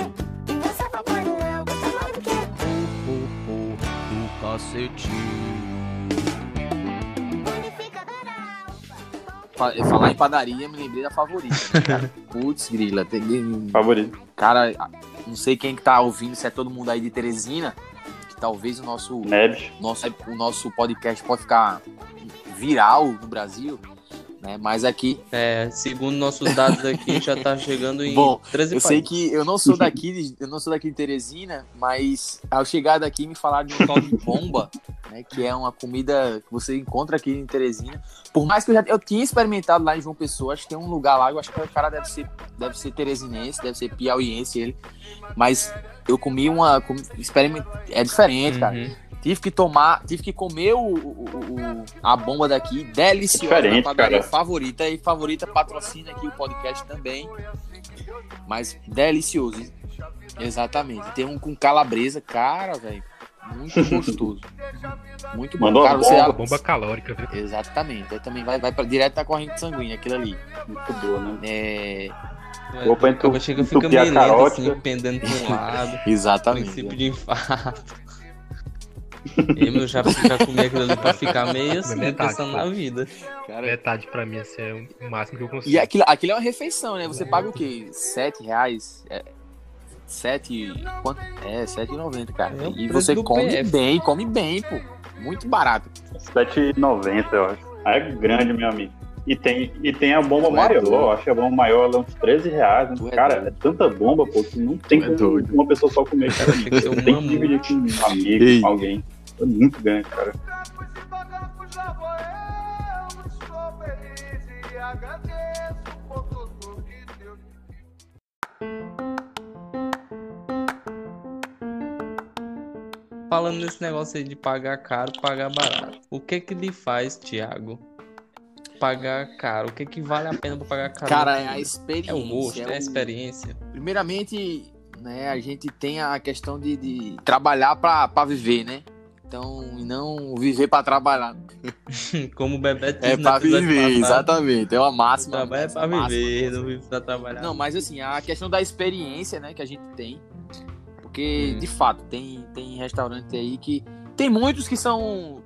Speaker 9: Nossa, Papai Noel, gosta mais do quê? Bonificadora Alfa.
Speaker 2: Fa- eu Falar em padaria, me lembrei da favorita. né, cara? Putz, grila. Tem...
Speaker 3: Favorito.
Speaker 2: Cara, a- não sei quem que tá ouvindo, se é todo mundo aí de Teresina, que talvez o nosso,
Speaker 3: Nebs.
Speaker 2: nosso, o nosso podcast pode ficar viral no Brasil, né? Mas aqui,
Speaker 1: É, segundo nossos dados aqui, já tá chegando em
Speaker 2: Bom,
Speaker 1: 13
Speaker 2: eu sei que eu não sou daqui, de- eu não sou daqui de Teresina, mas ao chegar daqui me falaram de um tal de bomba, né? Que é uma comida que você encontra aqui em Teresina. Por mais que eu já eu tinha experimentado lá em João Pessoa, acho que tem um lugar lá, eu acho que o cara deve ser, deve ser teresinense, deve ser piauiense ele, mas eu comi uma, comi, experiment- é diferente, cara.
Speaker 1: Uhum.
Speaker 2: Tive que tomar, tive que comer o, o- o- a bomba daqui, deliciosa,
Speaker 3: É diferente,
Speaker 2: da padaria
Speaker 3: cara.
Speaker 2: favorita, e favorita patrocina aqui o podcast também, mas delicioso, hein? exatamente. Tem um com calabresa, cara, velho, muito gostoso, muito bom.
Speaker 3: Mandou
Speaker 2: cara,
Speaker 3: uma
Speaker 2: você-
Speaker 8: Bomba calórica, viu?
Speaker 2: Exatamente, aí também vai, vai pra, direto da corrente sanguínea, aquilo ali.
Speaker 3: Muito boa, né?
Speaker 2: É,
Speaker 1: É,
Speaker 3: Vou pra
Speaker 1: a
Speaker 3: entu-
Speaker 1: bexiga fica
Speaker 3: entupir a
Speaker 1: meio lenta,
Speaker 3: carótida. Tá
Speaker 1: assim, pendendo pra um lado.
Speaker 2: exatamente.
Speaker 1: princípio de infarto. Eu meu, já, já comi aquilo ali pra ficar meio assim,
Speaker 8: Metade,
Speaker 1: pensando
Speaker 8: pô.
Speaker 1: na vida.
Speaker 2: Cara,
Speaker 8: Metade pra mim, assim, é o máximo que eu consigo.
Speaker 2: E aquilo, aquilo é uma refeição, né? Você paga o quê? R$ 7 reais? É, 7. Quanto? É, R$ 7,90, cara.
Speaker 1: É o
Speaker 2: e
Speaker 1: preço
Speaker 2: você
Speaker 1: do
Speaker 2: come
Speaker 1: PF.
Speaker 2: bem, come bem, pô. Muito barato.
Speaker 3: 7,90, eu acho. Aí É grande, meu amigo. E tem, e tem a bomba
Speaker 2: Tu é
Speaker 3: maior,
Speaker 2: doido.
Speaker 3: eu acho que a bomba maior ela é uns 13 reais. né?
Speaker 2: Tu é
Speaker 3: cara,
Speaker 2: doido.
Speaker 3: é tanta bomba, pô, que não tem
Speaker 2: Tu é
Speaker 3: como
Speaker 2: doido.
Speaker 3: uma pessoa só comer, cara.
Speaker 1: Tem que ser um
Speaker 3: Tem que
Speaker 1: mamute.
Speaker 3: dividir com um amigo,
Speaker 2: Ei.
Speaker 3: com alguém. É muito grande, cara.
Speaker 1: Falando nesse negócio aí de pagar caro, pagar barato. O que que lhe faz, Thiago? Pagar caro. O que que vale a pena pra pagar caro?
Speaker 2: Cara, é
Speaker 1: é,
Speaker 2: a experiência. um-
Speaker 1: o gosto, é a
Speaker 2: o-
Speaker 1: experiência.
Speaker 2: Primeiramente, né, a gente tem a questão de, de trabalhar pra, pra viver, né? Então, e não viver pra trabalhar.
Speaker 1: Como o né? Bebeto disse
Speaker 2: É
Speaker 1: no
Speaker 2: pra
Speaker 1: episódio
Speaker 2: viver,
Speaker 1: passado,
Speaker 2: exatamente. É uma máxima.
Speaker 1: Trabalho é pra
Speaker 2: máxima.
Speaker 1: viver, não vive pra trabalhar.
Speaker 2: Não, mas assim, a questão da experiência, né, que a gente tem. Porque, de fato, tem, tem restaurante aí que. Tem muitos que são.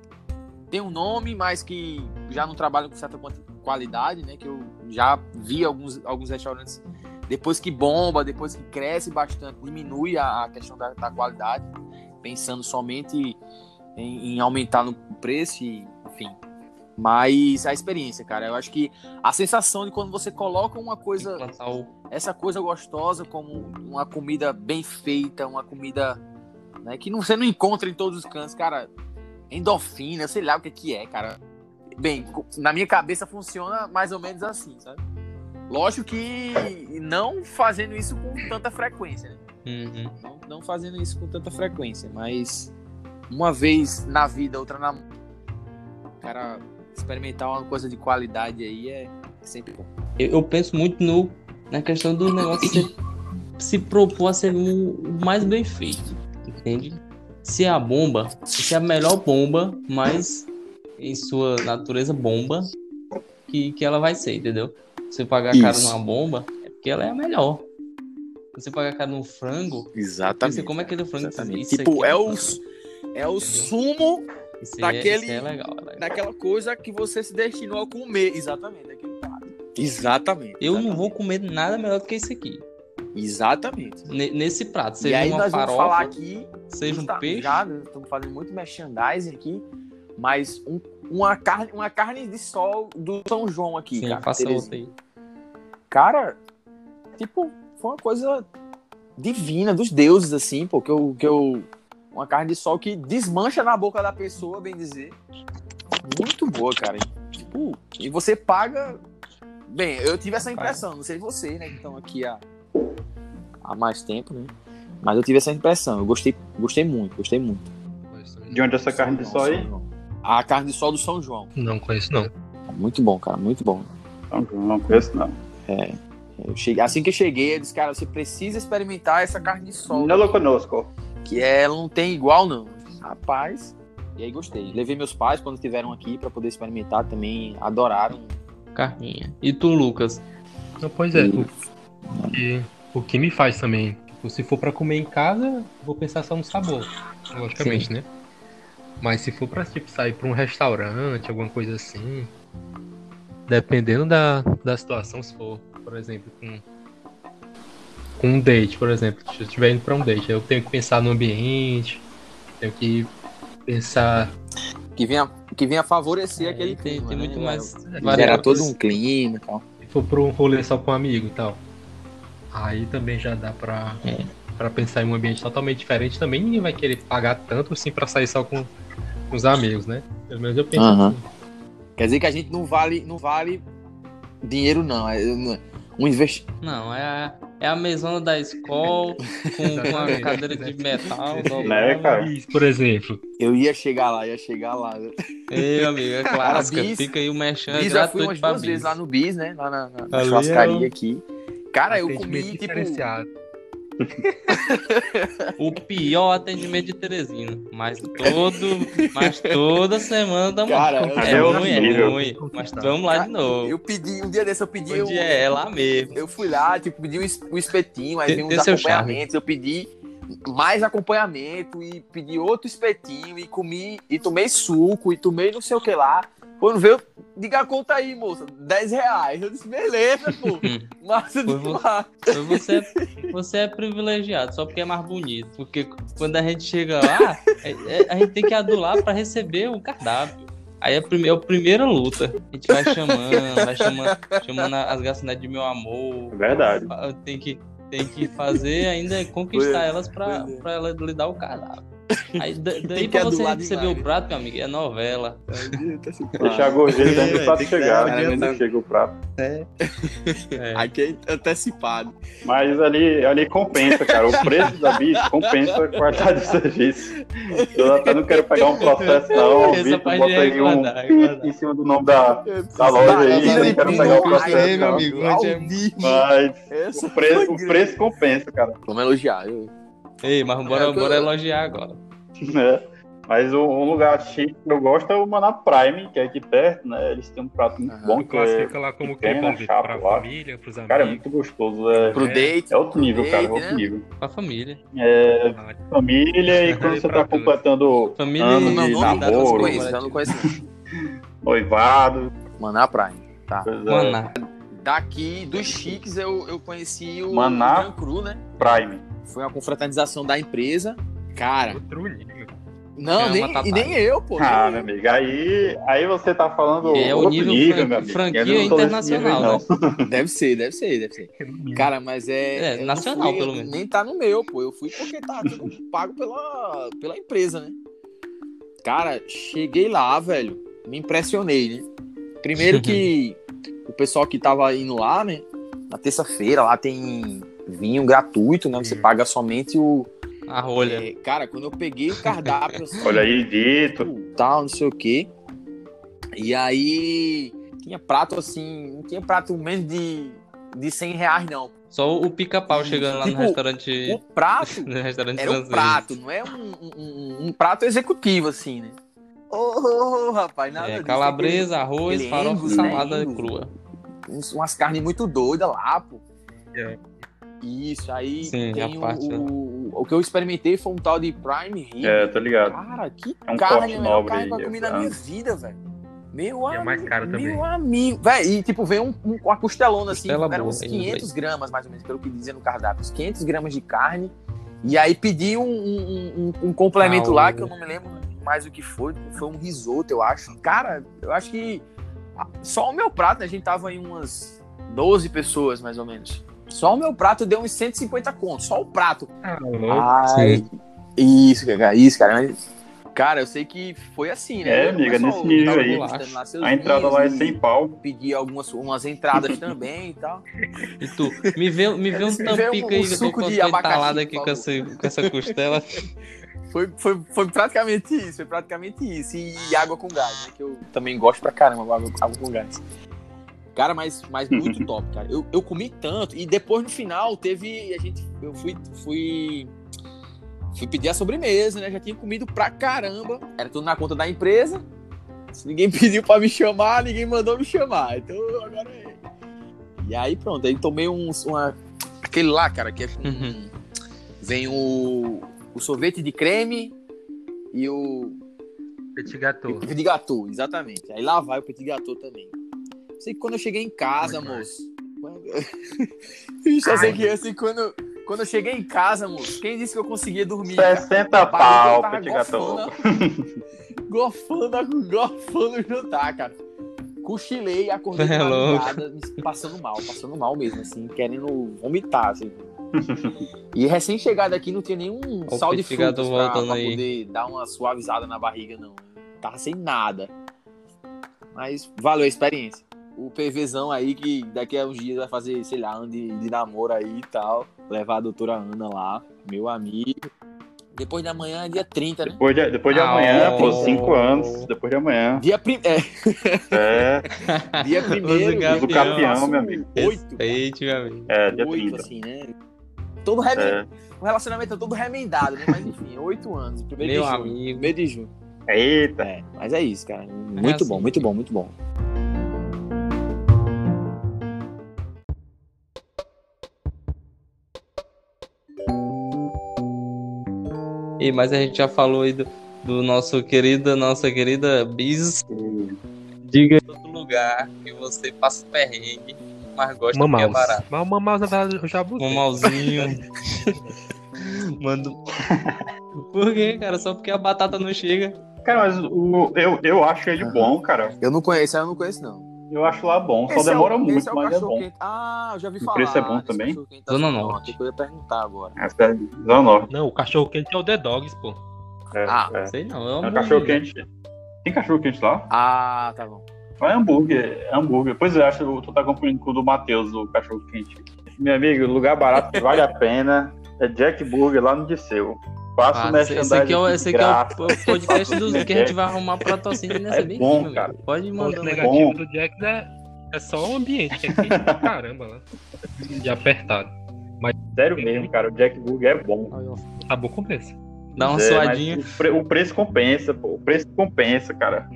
Speaker 2: Tem um nome, mas que já não trabalham com certa quanti- qualidade, né? Que eu já vi alguns, alguns restaurantes. Depois que bomba, depois que cresce bastante, diminui a, a questão da, da qualidade, pensando somente em, em aumentar no preço, e, enfim. Mas a experiência, cara, eu acho que a sensação de quando você coloca uma coisa
Speaker 1: Implantar o-
Speaker 2: essa coisa gostosa como uma comida bem feita, uma comida né, que não- você não encontra em todos os cantos, cara. Endorfina, sei lá o que, que é, cara. Bem, co- na minha cabeça funciona mais ou menos assim, sabe? Lógico que não fazendo isso com tanta frequência, né?
Speaker 1: Uhum.
Speaker 2: Não, não fazendo isso com tanta frequência, mas uma vez na vida, outra na. Cara, experimentar uma coisa de qualidade aí é sempre bom.
Speaker 1: eu, eu penso muito no, na questão do negócio de você se propor a ser o o mais bem feito, entende? Se é a bomba, se é a melhor bomba, mas em sua natureza bomba, que, que ela vai ser, entendeu? Você pagar caro
Speaker 2: Isso.
Speaker 1: numa bomba, é porque ela é a melhor. Você pagar caro num frango,
Speaker 2: Exatamente.
Speaker 1: você come aquele frango e diz,
Speaker 2: Exatamente.
Speaker 1: "Isso
Speaker 2: tipo,
Speaker 1: aqui
Speaker 2: é
Speaker 1: um
Speaker 2: o,
Speaker 1: frango,
Speaker 2: é o sumo
Speaker 1: isso é-
Speaker 2: daquele-
Speaker 1: isso é legal, né?"
Speaker 2: daquela coisa que você se destinou a comer. Exatamente. daquele prato. Exatamente.
Speaker 1: Eu não vou comer nada melhor do que isso aqui.
Speaker 2: Exatamente.
Speaker 1: Ne- nesse prato,
Speaker 2: e
Speaker 1: seja
Speaker 2: aí
Speaker 1: uma
Speaker 2: nós vamos falar
Speaker 1: farofa,
Speaker 2: aqui.
Speaker 1: seja um
Speaker 2: tá-
Speaker 1: peixe.
Speaker 2: Já, né, estamos fazendo muito merchandising aqui. Mas um- uma, carne, uma carne de sol do São João aqui,
Speaker 1: Sim,
Speaker 2: cara.
Speaker 1: faça
Speaker 2: Terezinha.
Speaker 1: outra aí.
Speaker 2: Cara, tipo, foi uma coisa divina dos deuses, assim, pô, que eu, que eu. Uma carne de sol que desmancha na boca da pessoa, bem dizer. Muito boa, cara. E, Tipo, e você paga. Bem, eu tive essa impressão, não sei você, né, que estão aqui há, há mais tempo, né? Mas eu tive essa impressão. Eu gostei, gostei muito, gostei muito.
Speaker 4: Conheço também.
Speaker 3: De onde é essa carne de
Speaker 2: São
Speaker 3: sol
Speaker 2: João,
Speaker 3: aí?
Speaker 2: São João. A carne de sol do São João.
Speaker 8: Não conheço, não.
Speaker 2: Muito bom, cara, muito bom.
Speaker 3: Não, não conheço, não.
Speaker 2: Eu cheguei- assim que eu cheguei, eu disse, cara, você precisa experimentar essa carne de sol.
Speaker 3: Não conosco.
Speaker 2: Que é, ela não tem igual, não. Rapaz. E aí gostei. Levei meus pais quando estiveram aqui pra poder experimentar também. Adoraram.
Speaker 1: Carninha. E tu, Lucas?
Speaker 4: Não, pois é, tu- porque o que me faz também, tipo, se for pra comer em casa, vou pensar só no sabor, logicamente,
Speaker 1: Sim.
Speaker 4: né? Mas se for pra tipo, sair pra um restaurante, alguma coisa assim, dependendo da, da situação, se for, por exemplo, com, com um date, por exemplo, se eu estiver indo pra um date, eu tenho que pensar no ambiente, tenho que pensar
Speaker 2: Que vinha, que vinha favorecer aquele
Speaker 1: É, tem-
Speaker 2: clima.
Speaker 1: tem
Speaker 2: né?
Speaker 1: muito mais
Speaker 2: Era
Speaker 1: variáveis.
Speaker 2: todo um clima e tal.
Speaker 4: se for pra um rolê só com um amigo e tal. Aí também já dá pra, pra pensar em um ambiente totalmente diferente também. Ninguém vai querer pagar tanto assim pra sair só com, com os amigos, né? Pelo menos eu penso
Speaker 2: Aham.
Speaker 4: assim.
Speaker 2: Quer dizer que a gente não vale, não vale dinheiro, não. É um- um investi...
Speaker 1: Não, é a, é a mesona da escola com, com a
Speaker 4: Exatamente.
Speaker 1: cadeira de metal.
Speaker 3: Né, cara?
Speaker 4: Isso, Por exemplo,
Speaker 2: Eu ia chegar lá, ia chegar lá. Eu
Speaker 1: Ei, amigo, é clássica.
Speaker 2: Bis-
Speaker 1: Fica aí o merchan é
Speaker 2: Bis, já fui
Speaker 1: gratuito
Speaker 2: umas
Speaker 1: pra
Speaker 2: duas
Speaker 1: bis.
Speaker 2: vezes lá no Bis, né? Lá na, na- na
Speaker 4: Ali
Speaker 2: churrascaria
Speaker 4: é
Speaker 2: aqui. Cara, eu
Speaker 8: Atendimento
Speaker 2: comi, tipo...
Speaker 8: diferenciado.
Speaker 1: O pior atendimento de Teresina. Mas todo. Mas toda semana damos
Speaker 2: Cara,
Speaker 1: é
Speaker 3: eu-
Speaker 1: ruim, é
Speaker 3: horrível.
Speaker 1: ruim. Mas vamos lá de novo.
Speaker 2: Eu pedi, um dia desse eu pedi...
Speaker 1: Onde
Speaker 2: um-
Speaker 1: é? É lá mesmo.
Speaker 2: Eu fui lá, tipo, pedi um es- um espetinho, aí
Speaker 1: Tem-
Speaker 2: vinha uns
Speaker 1: tem seu
Speaker 2: acompanhamentos, eu pedi mais acompanhamento e pedi outro espetinho e comi, e tomei suco, e tomei não sei o que lá. Quando veio, diga a conta aí, moça, 10 reais. Eu disse, beleza, pô. Massa
Speaker 1: Foi vo-
Speaker 2: demais.
Speaker 1: Mas Você, você é privilegiado, só porque é mais bonito. Porque quando a gente chega lá, é- é- a gente tem que adular pra receber o cardápio. Aí é a, prime- é a primeira luta. A gente vai chamando, vai chamando, chamando as garçonetes de meu amor.
Speaker 3: É verdade.
Speaker 1: Fa- Tem que, tem que fazer ainda é conquistar
Speaker 2: Pois é,
Speaker 1: elas pra,
Speaker 2: pois é.
Speaker 1: pra ela lhe dar o cardápio. Aí, da- daí
Speaker 2: que
Speaker 1: pra você
Speaker 2: adular
Speaker 1: receber
Speaker 2: demais,
Speaker 1: o prato, meu amigo, é novela.
Speaker 3: Deixar a gorjeta antes do
Speaker 10: É,
Speaker 3: prato
Speaker 10: tem que
Speaker 3: chegar.
Speaker 10: dar-
Speaker 3: né? Quando chega o prato.
Speaker 2: Aqui é antecipado.
Speaker 3: Mas ali, ali compensa, cara. O preço da bis compensa a qualidade do serviço. Eu até não quero pegar um processo, não. O
Speaker 1: Essa
Speaker 3: Vitor
Speaker 1: parte
Speaker 3: bota
Speaker 1: é
Speaker 3: aí um
Speaker 1: guardar, é guardar.
Speaker 3: em cima do nome da, da loja
Speaker 2: Tá,
Speaker 3: aí.
Speaker 2: tá,
Speaker 3: Eu não quero
Speaker 2: tá,
Speaker 3: pegar o
Speaker 2: tá,
Speaker 3: processo,
Speaker 10: Aí, meu
Speaker 3: não.
Speaker 10: amigo, hoje é
Speaker 2: Ao
Speaker 10: muito
Speaker 2: vivo.
Speaker 3: Mas
Speaker 2: Essa
Speaker 3: o preço,
Speaker 2: foi
Speaker 3: o
Speaker 2: grande.
Speaker 3: preço compensa, cara.
Speaker 2: Vamos elogiar. eu-
Speaker 1: Ei, mas bora,
Speaker 2: É, eu-
Speaker 1: bora elogiar agora.
Speaker 3: né? Mas um, um lugar chique que eu gosto é o Maná Prime, que é aqui perto, né? Eles têm um prato muito
Speaker 2: Aham.
Speaker 3: bom, que é,
Speaker 8: Classifica lá como que
Speaker 3: tem na
Speaker 8: é bom Vitor,
Speaker 3: chapa
Speaker 8: pra
Speaker 3: lá.
Speaker 8: família, pros amigos.
Speaker 3: cara, é muito gostoso. É,
Speaker 2: Pro date.
Speaker 3: é outro nível, cara, é
Speaker 2: pro date,
Speaker 3: outro
Speaker 2: né?
Speaker 3: nível.
Speaker 1: Pra família.
Speaker 3: É, família
Speaker 1: né?
Speaker 3: e quando você tá completando
Speaker 1: Família
Speaker 3: Ano
Speaker 2: Como é
Speaker 1: e
Speaker 2: o
Speaker 3: de
Speaker 2: nome? Eu não
Speaker 3: namoro,
Speaker 2: conheço, eu não conheço.
Speaker 3: noivado,
Speaker 2: Maná Prime. Tá.
Speaker 3: coisa-
Speaker 1: Maná.
Speaker 2: Daqui, dos chiques, eu, eu conheci o
Speaker 3: Maná.
Speaker 2: o Jean Cru, né?
Speaker 3: Prime.
Speaker 2: Foi uma confraternização da empresa. Cara,
Speaker 8: Outro nível.
Speaker 2: não,
Speaker 1: Chama
Speaker 2: nem,
Speaker 1: Tatá.
Speaker 2: e nem eu, pô. nem
Speaker 3: Ah,
Speaker 2: eu.
Speaker 3: meu amigo, aí, aí você tá falando
Speaker 1: É o
Speaker 3: outro
Speaker 1: nível fran-
Speaker 3: meu amigo.
Speaker 1: franquia
Speaker 3: Eu não tô nesse nível,
Speaker 1: internacional,
Speaker 3: não.
Speaker 1: né?
Speaker 2: Deve ser, deve ser, deve ser. Cara, mas
Speaker 1: É,
Speaker 2: é. eu não
Speaker 1: nacional,
Speaker 2: fui-
Speaker 1: pelo
Speaker 2: eu-
Speaker 1: menos.
Speaker 2: Nem tá no meu, pô. Eu fui porque tá tudo pago pela, pela empresa, né? Cara, cheguei lá, velho. Me impressionei, né? Primeiro que o pessoal que tava indo lá, né? Na terça-feira lá tem vinho gratuito, né?
Speaker 1: Uhum.
Speaker 2: Você paga somente o.
Speaker 1: A rolha.
Speaker 2: É, cara, quando eu peguei o cardápio.
Speaker 1: né?
Speaker 2: assim,
Speaker 3: Olha aí, Vitor.
Speaker 2: tal, não sei o quê. E aí tinha prato assim, não tinha prato menos de, de 100 reais, não.
Speaker 1: Só o pica-pau chegando lá no
Speaker 2: Tipo, O
Speaker 1: restaurante.
Speaker 2: prato
Speaker 1: No restaurante
Speaker 2: era um
Speaker 1: francês.
Speaker 2: prato, não é um, um- um prato executivo, assim, né? Ô, ô, ô, rapaz, nada
Speaker 1: É,
Speaker 2: disso.
Speaker 1: calabresa, arroz,
Speaker 2: aquele
Speaker 1: farofa,
Speaker 2: Angus, né?
Speaker 1: salada
Speaker 2: Angus.
Speaker 1: crua.
Speaker 2: Uns- umas carnes muito doidas lá, pô.
Speaker 8: É.
Speaker 2: Isso, aí
Speaker 1: Sim,
Speaker 2: tem
Speaker 1: a
Speaker 2: o,
Speaker 1: parte, né?
Speaker 2: o, o que eu experimentei foi um tal de Prime Rib.
Speaker 3: É, tô ligado.
Speaker 2: Cara, que
Speaker 3: É um corte
Speaker 2: carne, meu,
Speaker 3: nobre
Speaker 2: carne pra
Speaker 3: aí,
Speaker 2: comer na
Speaker 3: exato.
Speaker 2: minha vida, velho. Meu
Speaker 8: E é
Speaker 2: amigo.
Speaker 8: mais caro
Speaker 2: meu
Speaker 8: também.
Speaker 2: amigo. Véi, e tipo, vem um, um, uma costelona assim,
Speaker 1: Costela
Speaker 2: era
Speaker 1: boa,
Speaker 2: uns
Speaker 1: hein,
Speaker 2: 500 gramas, mais ou menos, pelo que dizia no cardápio. Uns 500 gramas de carne. E aí pedi um, um, um- um complemento
Speaker 1: Ah, o-
Speaker 2: lá, que eu não me lembro mais o que foi. Foi um risoto, eu acho. Cara, eu acho que ah, só o meu prato, né? A gente tava em umas 12 pessoas, mais ou menos. Só o meu prato deu uns 150 contos. Só o prato.
Speaker 8: Ah, louco.
Speaker 2: Ai, isso, cara, isso, cara. Mas, cara, eu sei que foi assim, né?
Speaker 3: É,
Speaker 2: O
Speaker 3: amiga,
Speaker 2: pessoal
Speaker 3: nesse nível
Speaker 2: tava
Speaker 3: aí.
Speaker 2: postando lá seus
Speaker 3: A entrada lá é
Speaker 2: vídeos,
Speaker 3: sem pau.
Speaker 2: Pedir algumas umas entradas também e tal.
Speaker 1: E tu, me vê, me vê um
Speaker 2: Me vê um-
Speaker 1: tampico aí
Speaker 2: um
Speaker 1: que eu tô
Speaker 2: suco
Speaker 1: com
Speaker 2: de
Speaker 1: uma
Speaker 2: abacaxi,
Speaker 1: entalada
Speaker 2: por
Speaker 1: aqui com
Speaker 2: favor.
Speaker 1: essa, com essa costela.
Speaker 2: Foi, foi, foi praticamente isso, foi praticamente isso. E água com gás, né? Que eu também gosto pra caramba, água, água com gás. Cara, mas, mas muito top, cara. Eu, eu comi tanto. E depois no final teve. A gente. Eu fui. fui fui pedir a sobremesa, né? Já tinha comido pra caramba. Era tudo na conta da empresa. Se ninguém pediu pra me chamar, ninguém mandou me chamar. Então agora é. E aí pronto, aí tomei um. Uma... Aquele lá, cara, que é com. Vem o. O sorvete de creme e o.
Speaker 8: Petit gâteau.
Speaker 2: Petit gâteau, exatamente. Aí lá vai o petit gâteau também. Sei que quando eu cheguei em casa, moço. quando- Eu só sei que assim, quando, quando eu cheguei em casa, moço, quem disse que eu conseguia dormir? cara?
Speaker 3: 60
Speaker 2: A barriga
Speaker 3: pau,
Speaker 2: tava
Speaker 3: petit gâteau.
Speaker 2: Gofando, gofando o jantar, cara. Cochilei, acordei de
Speaker 1: É louco.
Speaker 2: madrugada, me passando mal, passando mal mesmo, assim, querendo vomitar, assim. E recém-chegado aqui não tinha nenhum
Speaker 1: o
Speaker 2: sal de
Speaker 1: petit gâteau
Speaker 2: frutas pra,
Speaker 1: voltando
Speaker 2: pra
Speaker 1: aí.
Speaker 2: poder dar uma suavizada na barriga, não. Tava sem nada. Mas valeu a experiência. O PVzão aí, que daqui a uns dias vai fazer, sei lá, ano de, de namoro aí e tal. Levar a doutora Ana lá, meu amigo. Depois da manhã é dia 30, né?
Speaker 3: Depois de, depois de
Speaker 1: Ah,
Speaker 3: amanhã,
Speaker 1: ó.
Speaker 3: pô, 5 anos. Depois de amanhã.
Speaker 2: Dia, prim... é,
Speaker 3: É,
Speaker 2: dia primeiro.
Speaker 1: Os
Speaker 3: do
Speaker 1: Campeão,
Speaker 3: campeão,
Speaker 2: faço
Speaker 3: meu amigo.
Speaker 2: Oito,
Speaker 1: Respeite, meu amigo.
Speaker 3: É, dia
Speaker 2: oito
Speaker 3: 30.
Speaker 2: assim, né? Todo remen...
Speaker 3: É.
Speaker 2: O relacionamento é todo remendado, né? Mas enfim, oito anos. Primeiro
Speaker 1: Meu
Speaker 2: de junho.
Speaker 1: amigo.
Speaker 2: Primeiro de junho.
Speaker 3: Eita.
Speaker 2: É, mas é isso, cara. Muito
Speaker 1: assim.
Speaker 2: bom, muito bom, muito bom.
Speaker 1: E mas a gente já falou aí do, do nosso querida, nossa querida Bis. Diga aí outro lugar que você passa perrengue, mas gosta que é
Speaker 8: Mamaus.
Speaker 1: barato.
Speaker 8: Mas o Mamaus, na verdade, eu já botei.
Speaker 1: Mamauzinho. Um Manda. um- Por quê, cara? Só porque a batata não chega.
Speaker 3: Cara, mas o, eu, eu acho ele
Speaker 2: Aham.
Speaker 3: bom, cara.
Speaker 2: Eu não conheço, eu não conheço, não.
Speaker 3: Eu acho lá bom. Só
Speaker 2: Esse é o-
Speaker 3: demora muito,
Speaker 2: esse é o
Speaker 3: mas é bom.
Speaker 2: cachorro-quente. Ah, eu já vi
Speaker 3: O
Speaker 2: falar.
Speaker 3: preço é bom
Speaker 2: desse
Speaker 3: também?
Speaker 2: cachorro-quente da
Speaker 1: Zona
Speaker 2: Zona
Speaker 1: Norte.
Speaker 2: Norte, que Tá Eu ia perguntar agora.
Speaker 3: Essa é Zona Norte.
Speaker 8: Não, o cachorro quente é o The Dogs, pô.
Speaker 3: É,
Speaker 2: Ah.
Speaker 3: é.
Speaker 1: Sei não, é
Speaker 3: É
Speaker 1: um
Speaker 3: um cachorro quente. Tem cachorro quente lá?
Speaker 2: Ah, tá bom.
Speaker 3: Não é hambúrguer, é hambúrguer. Pois é, acho que tu tá confundindo com o do Matheus, o cachorro quente. Meu amigo, lugar barato que vale a pena é Jack Burger lá no Disseu. Faço
Speaker 1: Ah,
Speaker 3: ah,
Speaker 1: esse, esse aqui é o, esse aqui é o
Speaker 3: grátis.
Speaker 1: po- podcast dos que a gente
Speaker 3: É.
Speaker 1: vai arrumar patrocínio nessa
Speaker 3: É
Speaker 1: bem
Speaker 3: bom,
Speaker 1: aqui, meu
Speaker 3: cara.
Speaker 1: amigo. Pode
Speaker 8: O ponto
Speaker 1: mandar. né?
Speaker 8: negativo
Speaker 3: bom.
Speaker 8: do Jax é, é só o ambiente, que é quente pra caramba lá. E apertado.
Speaker 3: Sério mesmo, cara, o Jack Burger é bom.
Speaker 8: Acabou com esse.
Speaker 1: Dá uma
Speaker 3: É,
Speaker 1: suadinha.
Speaker 3: mas O, pre- o preço compensa, pô. O preço compensa, cara.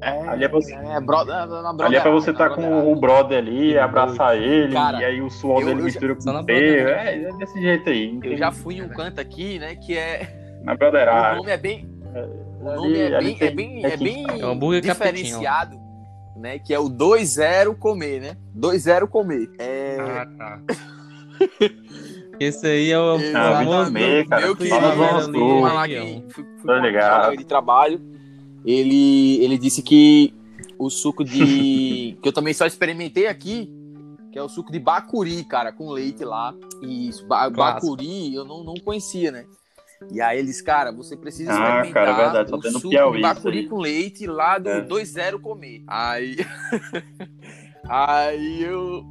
Speaker 3: Ali é pra você,
Speaker 2: É, bro... na- na
Speaker 3: ali é pra
Speaker 2: broderada,
Speaker 3: você estar
Speaker 2: na
Speaker 3: com
Speaker 2: broderada.
Speaker 3: o brother ali, abraçar ele,
Speaker 2: Cara,
Speaker 3: e aí o suor
Speaker 2: eu-
Speaker 3: dele
Speaker 2: eu já-
Speaker 3: mistura
Speaker 1: só
Speaker 3: com
Speaker 1: na
Speaker 3: o teu.
Speaker 1: broderada.
Speaker 3: É, é desse jeito aí. não
Speaker 2: Eu
Speaker 3: tem-
Speaker 2: já fui em um canto aqui, né, que é...
Speaker 3: Na
Speaker 2: O
Speaker 3: broderagem.
Speaker 2: nome é bem... O
Speaker 3: Ali-
Speaker 2: nome é
Speaker 3: ali
Speaker 2: bem,
Speaker 3: tem-
Speaker 2: é bem,
Speaker 3: é
Speaker 2: é
Speaker 3: que-
Speaker 2: bem
Speaker 1: É um hambúrguer
Speaker 2: diferenciado, né, que é o 2-0 comer, né? 2-0 comer. É...
Speaker 8: Ah, tá.
Speaker 1: Esse aí é o
Speaker 2: Exatamente.
Speaker 1: famoso.
Speaker 3: Meu Ah, cara.
Speaker 2: Meu querido,
Speaker 1: Fala,
Speaker 2: meu
Speaker 1: Zona
Speaker 2: amigo,
Speaker 1: Sul.
Speaker 2: falar que fui, fui
Speaker 3: Tá
Speaker 2: com um
Speaker 3: ligado.
Speaker 2: colega de trabalho. Ele, ele disse que o suco de. que eu também só experimentei aqui, que é o suco de bacuri, cara, com leite lá. E isso, ba-
Speaker 1: Clássico.
Speaker 2: bacuri eu não, não conhecia, né? E aí eles, cara, você precisa
Speaker 3: Ah,
Speaker 2: experimentar
Speaker 3: cara, é verdade, só
Speaker 2: o
Speaker 3: tem no
Speaker 2: suco
Speaker 3: Piauí
Speaker 2: de
Speaker 3: isso
Speaker 2: bacuri
Speaker 3: aí.
Speaker 2: com leite lá do
Speaker 3: É.
Speaker 2: 2-0 comer. Aí. aí eu.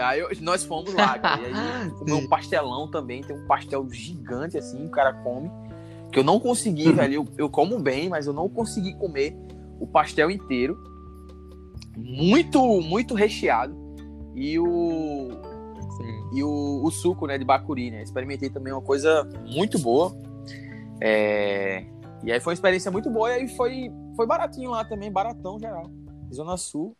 Speaker 2: Aí eu- nós fomos lá, cara. E aí comeu um pastelão também. Tem um pastel gigante assim, o cara come. Que eu não
Speaker 3: Uhum.
Speaker 2: consegui, velho. Eu, eu como bem, mas eu não consegui comer o pastel inteiro. Muito, muito recheado. E o.
Speaker 1: Sim.
Speaker 2: E o, o suco, né, de bacuri, né? Experimentei também uma coisa muito boa. É, E aí foi uma experiência muito boa. E aí foi, foi baratinho lá também, baratão geral. Zona Sul.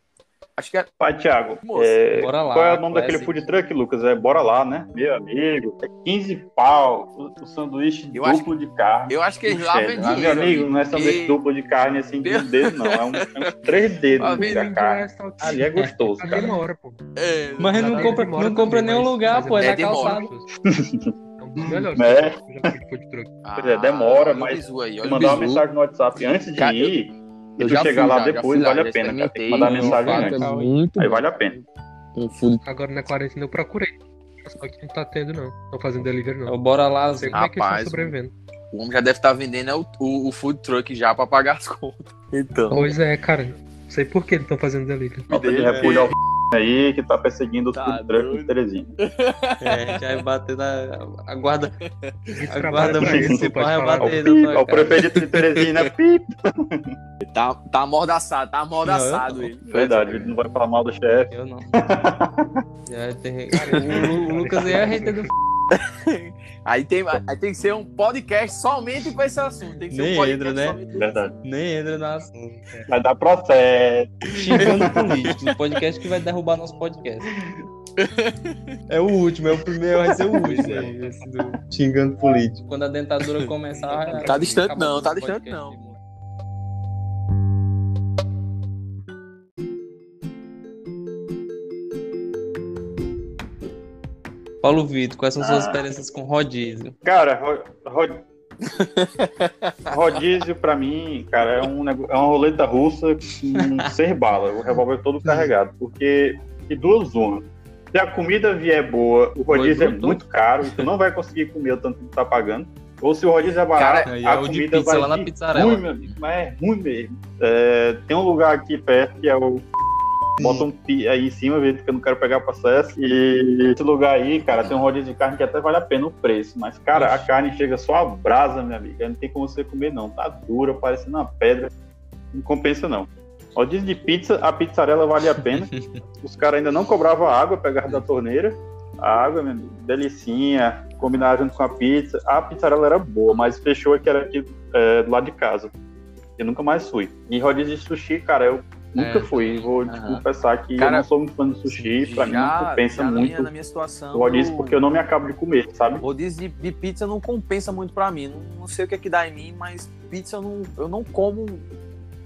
Speaker 2: Acho que é, era.
Speaker 3: Pai, Thiago,
Speaker 2: Moço,
Speaker 3: é,
Speaker 1: Bora lá.
Speaker 3: qual é o nome daquele
Speaker 1: classic.
Speaker 3: food truck, Lucas? É Bora Lá, né? Meu amigo, é 15 pau o, o sanduíche
Speaker 2: Eu acho
Speaker 3: duplo de carne.
Speaker 2: Eu acho que eles lá
Speaker 3: Cheddar.
Speaker 2: vendiam.
Speaker 3: Ah, Meu amigo, não é sanduíche
Speaker 2: E-
Speaker 3: duplo de carne assim, de um dedo, não. É um, é uns três dedos
Speaker 2: Uma
Speaker 3: da carne. Ali é gostoso, cara.
Speaker 8: demora, pô.
Speaker 2: É,
Speaker 1: Mas não
Speaker 8: Exatamente,
Speaker 1: compra,
Speaker 8: demora
Speaker 1: não compra
Speaker 8: também,
Speaker 1: nenhum
Speaker 8: mas-
Speaker 1: lugar,
Speaker 8: mas
Speaker 1: pô, é,
Speaker 2: é
Speaker 1: na
Speaker 2: demora.
Speaker 1: calçada.
Speaker 8: É um dos melhores.
Speaker 3: É.
Speaker 8: que eu já fui de food truck.
Speaker 3: Pois é, demora,
Speaker 2: olha o
Speaker 3: mas
Speaker 2: bizu ah, aí, olha o
Speaker 3: mandar uma
Speaker 2: bizu.
Speaker 3: mensagem no WhatsApp antes de
Speaker 2: Cara, eu-
Speaker 3: ir e
Speaker 2: Eu
Speaker 3: tu
Speaker 2: já
Speaker 3: chegar
Speaker 2: fui já,
Speaker 3: lá
Speaker 2: já
Speaker 3: depois,
Speaker 2: fui lá,
Speaker 3: vale a
Speaker 2: já
Speaker 3: pena, cara. Tem que
Speaker 2: experimentei,
Speaker 3: mandar
Speaker 2: de
Speaker 3: mensagem
Speaker 2: fato,
Speaker 3: antes.
Speaker 2: É muito
Speaker 3: Aí
Speaker 2: bom.
Speaker 3: vale a pena.
Speaker 2: Um food
Speaker 8: Agora na quarentena eu procurei. Só que não tá tendo, não. Não fazendo delivery, não.
Speaker 1: Eu Bora lá,
Speaker 8: Não sei
Speaker 1: Zé.
Speaker 8: como é que eles
Speaker 2: Rapaz,
Speaker 8: estão sobrevivendo.
Speaker 2: O homem já deve estar vendendo é o, o, o food truck já pra pagar as contas. Então.
Speaker 8: Pois é, cara. Não sei por que eles estão fazendo delivery.
Speaker 3: Nota de
Speaker 2: dele,
Speaker 3: repúdio ao aí que tá perseguindo o
Speaker 1: Tá
Speaker 3: food truck de
Speaker 1: doido.
Speaker 3: Teresina.
Speaker 1: É, já vai bater na. A guarda. A
Speaker 2: trabalho
Speaker 1: guarda
Speaker 2: pra isso,
Speaker 1: municipal
Speaker 2: pode
Speaker 1: vai
Speaker 3: É
Speaker 2: falar.
Speaker 1: bater
Speaker 2: Ao pi-
Speaker 1: na tua
Speaker 2: ao
Speaker 1: cara.
Speaker 2: prefeito de Teresina,
Speaker 3: pip.
Speaker 2: Tá, tá amordaçado, tá amordaçado ele.
Speaker 3: Verdade, ele não vai falar mal do chefe.
Speaker 1: Eu não. Já tem... o, Lu- o Lucas aí é hater do. f***.
Speaker 2: Aí tem, aí tem que ser um podcast somente pra esse assunto. Tem que ser um
Speaker 1: Nem
Speaker 2: podcast
Speaker 1: entra, né?
Speaker 2: somente.
Speaker 3: Verdade.
Speaker 1: Nem entra no assunto.
Speaker 3: Vai dar processo.
Speaker 1: Xingando político no podcast que vai derrubar nosso podcast. É o último, é o primeiro, vai ser o último. aí, é, esse do-
Speaker 10: Xingando político.
Speaker 1: Quando a dentadura começar. vai-
Speaker 2: Tá distante
Speaker 1: acabou
Speaker 2: não, tá
Speaker 1: o
Speaker 2: distante
Speaker 1: podcast.
Speaker 2: não.
Speaker 1: Paulo Vitor, quais são suas
Speaker 3: Ah.
Speaker 1: experiências com rodízio?
Speaker 3: Cara, ro- ro- rodízio pra mim, cara, é, um nego- é uma roleta russa com seis balas, o revólver todo carregado, porque e duas zonas. Se a comida vier boa, o rodízio é
Speaker 1: bruto.
Speaker 3: muito caro, tu não vai conseguir comer o tanto que tu tá pagando. Ou se o rodízio é barato,
Speaker 1: Cara, aí
Speaker 3: a
Speaker 1: é o de
Speaker 3: comida
Speaker 1: pizza
Speaker 3: vai
Speaker 1: lá na
Speaker 3: vir
Speaker 1: pizzarela.
Speaker 3: ruim, meu amigo, mas é ruim mesmo. É, tem um lugar aqui perto que é o Bota um pi aí em cima, vê, porque eu não quero pegar processo. E esse lugar aí, cara, tem um rodízio de carne que até vale a pena o preço. Mas, cara, a carne chega só a brasa, minha amiga. Não tem como você comer, não. Tá dura, parecendo uma pedra. Não compensa, não. Rodízio de pizza, a pizzarela vale a pena. Os caras ainda não cobravam água, pegaram da torneira. A água, meu amigo, delicinha, combinava junto com a pizza. A pizzarela era boa, mas fechou que era aqui é, do lado de casa. Eu nunca mais fui. E rodízio de sushi, cara, eu nunca
Speaker 1: É.
Speaker 3: fui. Vou te
Speaker 2: Aham.
Speaker 3: confessar que
Speaker 2: Cara,
Speaker 3: eu não sou muito fã de sushi. pra mim, não compensa
Speaker 2: na
Speaker 3: muito
Speaker 2: minha, na minha situação.
Speaker 3: o rodízio, porque eu não me acabo de comer, sabe?
Speaker 2: Rodízio de, de pizza não compensa muito pra mim. Não, não sei o que é que dá em mim, mas pizza eu não, eu não como.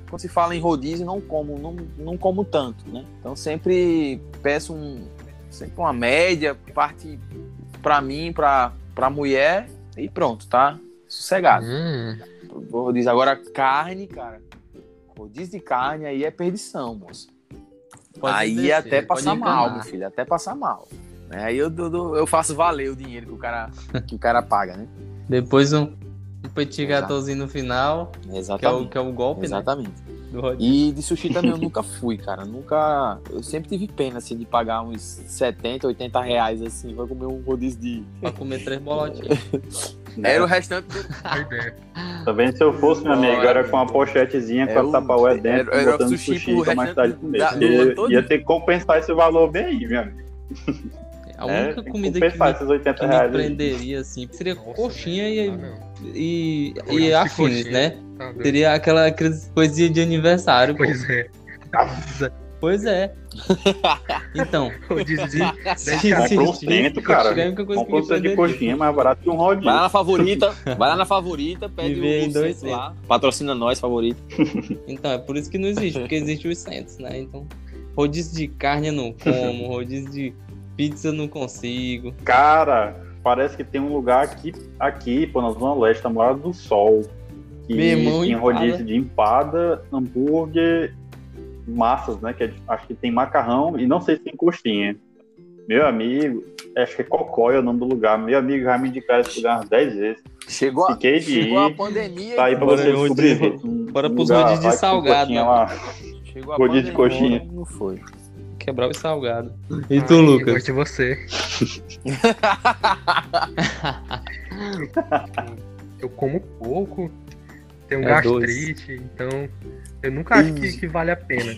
Speaker 2: Quando se fala em rodízio, não como, não, não como tanto, né? Então sempre peço um, sempre uma média, parte pra mim, pra, pra mulher, e pronto, tá? Sossegado.
Speaker 4: Hum,
Speaker 2: Rodízio. Agora, carne, cara. Rodízio de carne aí é perdição, moço.
Speaker 1: Pode
Speaker 2: aí
Speaker 1: descer,
Speaker 2: até
Speaker 1: pode
Speaker 2: passar mal,
Speaker 1: enganar.
Speaker 2: meu filho, até passar mal. Né? Aí eu, dou- dou- eu faço valer o dinheiro que o cara, que o cara paga, né?
Speaker 1: Depois um, um petit
Speaker 2: Exato.
Speaker 1: gâteauzinho no final, que é o,
Speaker 2: Exatamente.
Speaker 1: que é o golpe, né?
Speaker 2: Exatamente.
Speaker 1: Do rodízio.
Speaker 2: E de sushi também eu nunca fui, cara. Nunca. Eu sempre tive pena assim de pagar uns 70, 80 reais assim, pra comer um rodízio de.
Speaker 1: Pra comer três bolotinhas.
Speaker 2: Era o restante do
Speaker 8: boa ideia.
Speaker 3: Também Tá se eu fosse, meu amigo,
Speaker 2: Olha,
Speaker 3: era com uma pochetezinha, com
Speaker 2: era
Speaker 3: a
Speaker 2: o-
Speaker 3: tapaué dentro,
Speaker 2: era- era
Speaker 3: botando
Speaker 2: sushi
Speaker 3: sushi,
Speaker 2: pro
Speaker 3: pra mais
Speaker 2: restante
Speaker 3: tarde comer.
Speaker 2: da- do ano todo?
Speaker 3: Porque ia ter que compensar esse valor bem aí, meu amigo.
Speaker 1: A
Speaker 3: né?
Speaker 1: única
Speaker 3: Tem que
Speaker 1: comida que
Speaker 3: compensar
Speaker 1: me,
Speaker 3: esses
Speaker 1: que
Speaker 3: 80
Speaker 1: me
Speaker 3: reais. aí.
Speaker 1: prenderia, assim, seria
Speaker 8: Nossa,
Speaker 1: coxinha
Speaker 8: velho,
Speaker 1: e,
Speaker 8: não dá, não.
Speaker 1: e, e
Speaker 8: Coxinha,
Speaker 1: afins,
Speaker 8: coxinha.
Speaker 1: né?
Speaker 8: Tá doido.
Speaker 1: Seria aquela aquelas coisinha de aniversário. pô.
Speaker 8: Pois é.
Speaker 1: Pois é. Então,
Speaker 8: Rodízio de
Speaker 1: se,
Speaker 8: Compra
Speaker 1: se,
Speaker 3: Comprou
Speaker 1: se-
Speaker 3: um centro, cara.
Speaker 1: tiver a única coisa que
Speaker 3: Comprou um
Speaker 1: me
Speaker 3: centro de
Speaker 1: prenderia.
Speaker 3: coxinha mais barato que um rodízio.
Speaker 2: Vai lá na favorita, vai lá na favorita, pede
Speaker 1: vê aí
Speaker 2: o
Speaker 1: dois
Speaker 2: dois lá. Patrocina nós, favorito.
Speaker 1: Então, é por isso que não existe, porque existe os centros, né? Então, rodízio de carne eu não como, rodízio de pizza eu não consigo.
Speaker 3: Cara, parece que tem um lugar aqui, aqui pô, na Zona Leste, na Morada do Sol, que
Speaker 1: Meu irmão,
Speaker 3: tem
Speaker 1: empada.
Speaker 3: rodízio de empada, hambúrguer, massas, né? Que é de- acho que tem macarrão e não sei se tem coxinha. Meu amigo, acho que é Cocóia o nome do lugar. Meu amigo já me indicaram esse lugar umas 10 vezes.
Speaker 2: Chegou, a-
Speaker 3: Fiquei de
Speaker 2: chegou a
Speaker 3: ir.
Speaker 2: pandemia.
Speaker 3: Tá aí pra
Speaker 1: Bora
Speaker 3: você
Speaker 1: no
Speaker 3: descobrir.
Speaker 1: rodízio-
Speaker 3: gente, um-
Speaker 1: bora
Speaker 3: um
Speaker 1: pros
Speaker 3: lugar,
Speaker 1: rodízio de
Speaker 3: vai com
Speaker 1: salgado,
Speaker 3: coxinha
Speaker 1: né?
Speaker 3: lá.
Speaker 2: Chegou a
Speaker 3: rodízio de
Speaker 2: pandemia,
Speaker 3: coxinha.
Speaker 2: Não foi.
Speaker 1: Quebrar o salgado.
Speaker 8: E
Speaker 1: tu, Lucas?
Speaker 8: de você. eu como pouco, tenho
Speaker 1: É
Speaker 8: gastrite, então eu nunca acho que, que vale a pena.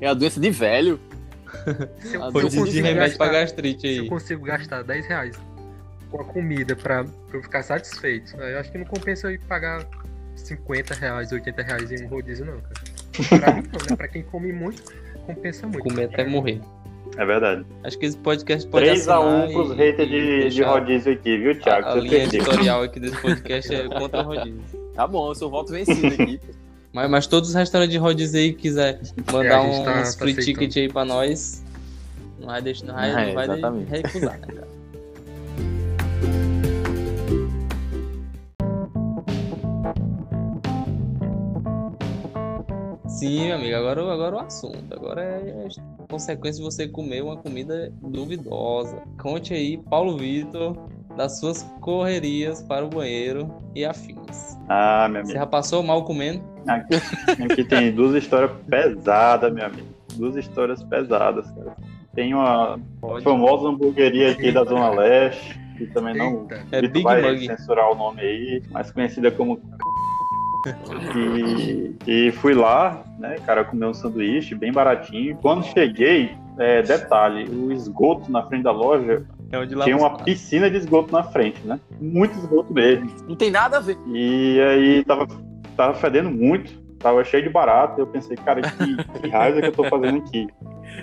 Speaker 2: É a doença de velho.
Speaker 8: Se eu,
Speaker 2: Ah,
Speaker 8: se eu
Speaker 1: Rodízio de
Speaker 8: consigo
Speaker 1: remédio pra
Speaker 8: gastar,
Speaker 1: gastrite
Speaker 8: se eu
Speaker 1: aí.
Speaker 8: consigo gastar 10 reais com a comida pra, pra eu ficar satisfeito, né? eu acho que não compensa eu ir pagar 50 reais, 80 reais em um rodízio, não, cara. Pra mim, não, né? Pra quem come muito, compensa muito.
Speaker 1: Comer até morrer.
Speaker 3: É verdade.
Speaker 1: Acho que esse podcast pode
Speaker 3: 3x1
Speaker 1: assinar
Speaker 3: pros
Speaker 1: e-
Speaker 3: haters
Speaker 1: e
Speaker 3: de, de
Speaker 1: deixar
Speaker 3: rodízio aqui, viu, Thiago?
Speaker 1: A, a
Speaker 3: Você
Speaker 1: linha
Speaker 3: perdeu.
Speaker 1: editorial aqui desse podcast é contra rodízio.
Speaker 2: Tá bom, eu só volto vencido aqui.
Speaker 1: Mas, mas todos os restaurantes de rodízio aí que quiser
Speaker 8: É,
Speaker 1: mandar
Speaker 8: a gente
Speaker 1: um
Speaker 8: tá- tá
Speaker 1: free
Speaker 8: aceitando.
Speaker 1: ticket aí pra nós, não vai, deixar, não vai,
Speaker 2: É,
Speaker 1: não vai
Speaker 2: exatamente.
Speaker 1: recusar, né, cara? Sim, meu amigo, agora, o- agora o assunto. Agora é a consequência de você comer uma comida duvidosa. Conte aí, Paulo Vitor, das suas correrias para o banheiro e afins.
Speaker 8: É
Speaker 3: Ah, meu
Speaker 1: Você
Speaker 3: amigo.
Speaker 1: já passou mal comendo?
Speaker 3: Aqui, aqui tem duas histórias pesadas, meu amigo. duas histórias pesadas, cara. Tem uma famosa hamburgueria aqui da Zona Leste, que também não
Speaker 1: É
Speaker 3: Vitor
Speaker 1: Big
Speaker 3: vai
Speaker 1: Mug.
Speaker 3: censurar o nome aí, mais conhecida como e, e fui lá, né, cara, comer um sanduíche bem baratinho. Quando cheguei, é, detalhe, o esgoto na frente da loja
Speaker 1: É onde lá
Speaker 3: tinha
Speaker 1: você
Speaker 3: uma piscina de esgoto na frente, né? Muito esgoto mesmo.
Speaker 2: Não tem nada a ver.
Speaker 3: E aí tava, tava fedendo muito, tava cheio de barato. Eu pensei, cara, que, que raiva que eu tô fazendo aqui.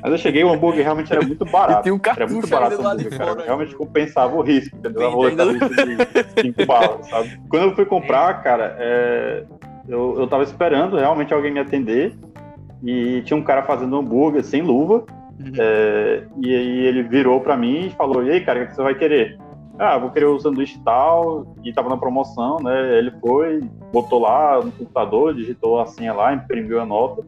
Speaker 3: Mas eu cheguei, o hambúrguer realmente era muito barato.
Speaker 2: E tem um
Speaker 3: era
Speaker 2: cartucho
Speaker 3: muito barato
Speaker 2: ainda
Speaker 3: o
Speaker 2: lá de
Speaker 3: hambúrguer, cara.
Speaker 2: fora,
Speaker 3: realmente compensava o risco, entendeu? A
Speaker 2: Entendeu?
Speaker 3: roleta de 5 balas, sabe? Quando eu fui comprar, cara, é, eu, eu tava esperando realmente alguém me atender. E tinha um cara fazendo hambúrguer sem luva. é, e aí ele virou pra mim e falou: E aí, cara, o que você vai querer? Ah, vou querer o sanduíche tal. E tava na promoção, né? Ele foi, botou lá no computador, digitou a senha lá, imprimiu a nota.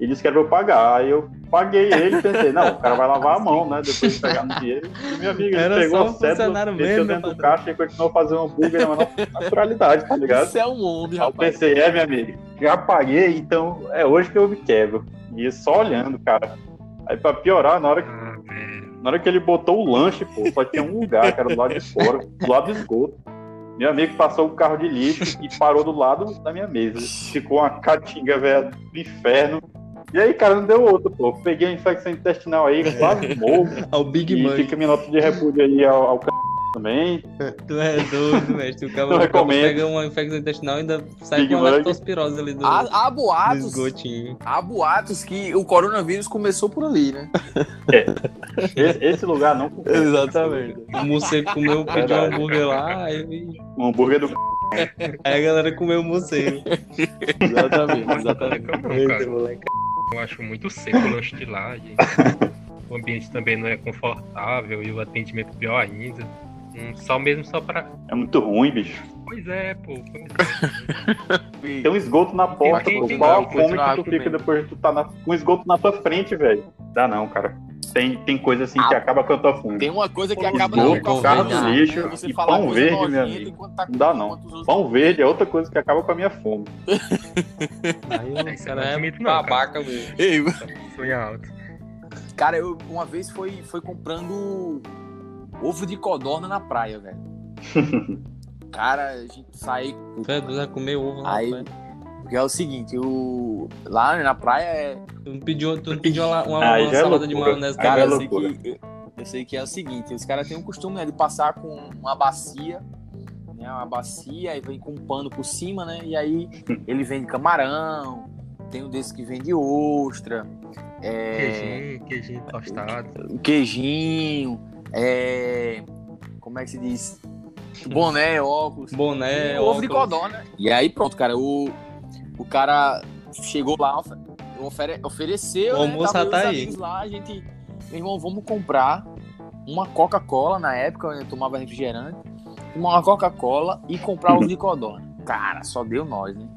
Speaker 3: E disse que era pra eu pagar. Aí eu paguei ele e pensei: Não, o cara vai lavar a mão, né? Depois de pegar no dinheiro. E meu amigo, ele
Speaker 1: Era
Speaker 3: pegou
Speaker 1: só
Speaker 3: a
Speaker 1: um
Speaker 3: cédula,
Speaker 1: funcionário
Speaker 3: meteu
Speaker 1: mesmo, né?
Speaker 3: dentro do
Speaker 1: mano.
Speaker 3: caixa e continuou fazendo um hambúrguer na maior naturalidade, tá ligado?
Speaker 2: Isso é um homem,
Speaker 3: Aí eu
Speaker 2: rapaz.
Speaker 3: pensei, é, minha amiga, já paguei, então é hoje que eu me quebro. E só olhando, cara. Aí pra piorar, na hora que,
Speaker 8: Ah, velho.
Speaker 3: na hora que ele botou o lanche, pô, só tinha um lugar, cara, do lado de fora, do lado do esgoto. Meu amigo passou o carro de lixo e parou do lado da minha mesa. Ficou uma catinga, velho, do inferno. E aí, cara, não deu outro, pô. Peguei uma infecção intestinal aí, quase morro.
Speaker 1: Ao "Ah, Big
Speaker 3: E
Speaker 1: Mug.
Speaker 3: fica minha nota de repúdio aí ao, ao c... também.
Speaker 1: Tu é doido, mestre. O
Speaker 3: Não
Speaker 1: cara o cara
Speaker 3: recomendo.
Speaker 1: pega uma infecção intestinal e ainda sai
Speaker 3: Big
Speaker 1: com uma
Speaker 3: Mac.
Speaker 1: leptospirose ali do, do
Speaker 2: Há, há boatos.
Speaker 1: esgotinho.
Speaker 2: Há boatos que o coronavírus começou por ali, né?
Speaker 3: Esse, esse lugar não compensa.
Speaker 2: Exatamente.
Speaker 1: O morcego comeu, pediu um
Speaker 3: Verdade.
Speaker 1: hambúrguer lá, aí,
Speaker 3: Um hambúrguer do c...
Speaker 1: aí a galera comeu o morcego.
Speaker 2: Exatamente,
Speaker 8: Não,
Speaker 2: exatamente.
Speaker 8: cara. Eu acho muito seco o lanche de lá. e o ambiente também não é confortável e o atendimento pior ainda. Hum, Só mesmo só pra.
Speaker 3: É muito ruim, bicho.
Speaker 8: Pois é, pô. pois
Speaker 3: Tem um esgoto na porta,
Speaker 8: Tem-
Speaker 3: pô.
Speaker 8: tem-
Speaker 3: Qual a
Speaker 2: tem-
Speaker 3: fome
Speaker 2: tem-
Speaker 3: que tu
Speaker 2: tem-
Speaker 3: fica depois que tu tá na- com esgoto na tua frente, velho? Dá não, cara. Tem, tem coisa assim que
Speaker 2: Ah,
Speaker 3: acaba com a tua fome.
Speaker 2: Tem uma coisa que
Speaker 3: Esgoto,
Speaker 2: acaba na tua
Speaker 3: carro
Speaker 2: frente,
Speaker 3: de
Speaker 2: né?
Speaker 3: lixo
Speaker 2: Você
Speaker 3: e
Speaker 2: falar
Speaker 3: pão
Speaker 2: coisa
Speaker 3: verde, meu
Speaker 2: nojenta
Speaker 3: amigo.
Speaker 2: enquanto tá
Speaker 3: Não dá,
Speaker 2: comendo
Speaker 3: não.
Speaker 2: enquanto os outros-
Speaker 3: Pão verde é outra coisa que acaba com a minha fome.
Speaker 1: Aí o
Speaker 8: Isso eu
Speaker 1: cara
Speaker 8: não
Speaker 1: é
Speaker 8: admito, não, cara.
Speaker 1: babaca mesmo.
Speaker 2: Ei,
Speaker 8: é, Sonha alto.
Speaker 2: Cara, eu uma vez foi, foi comprando ovo de codorna na praia, velho. Cara, a gente saiu.
Speaker 1: Tu é doido, vai comer ovo lá,
Speaker 2: Aí.
Speaker 1: pai.
Speaker 2: Porque é o seguinte, o... lá na praia é.
Speaker 1: Tu não pediu, tu não pediu uma, uma,
Speaker 3: Aí
Speaker 1: uma
Speaker 3: já é
Speaker 1: salada de
Speaker 3: loucura.
Speaker 1: maionese tá?
Speaker 3: Aí já
Speaker 2: Cara,
Speaker 3: é
Speaker 2: eu
Speaker 1: também.
Speaker 2: sei,
Speaker 3: loucura.
Speaker 2: que, eu sei que é o seguinte, os caras têm um costume né, de passar com uma bacia, né? Uma bacia e vem com um pano por cima, né? E aí ele vende camarão, tem um desse que vende ostra, é,
Speaker 8: Queijinho, queijinho tostado.
Speaker 2: queijinho, é, como é que se diz? Boné, óculos.
Speaker 1: Boné,
Speaker 2: E ovo de
Speaker 1: óculos.
Speaker 2: codorna. né? E aí pronto, cara, o, o cara chegou lá, ofe- ofere- ofereceu,
Speaker 1: O
Speaker 2: né,
Speaker 1: almoço
Speaker 2: tava
Speaker 1: já tá
Speaker 2: meus
Speaker 1: aí.
Speaker 2: amigos Lá, a gente, meu irmão, vamos comprar uma Coca-Cola, na época eu tomava refrigerante, uma Coca-Cola e comprar ovo de codorna. Cara, só deu nós, né?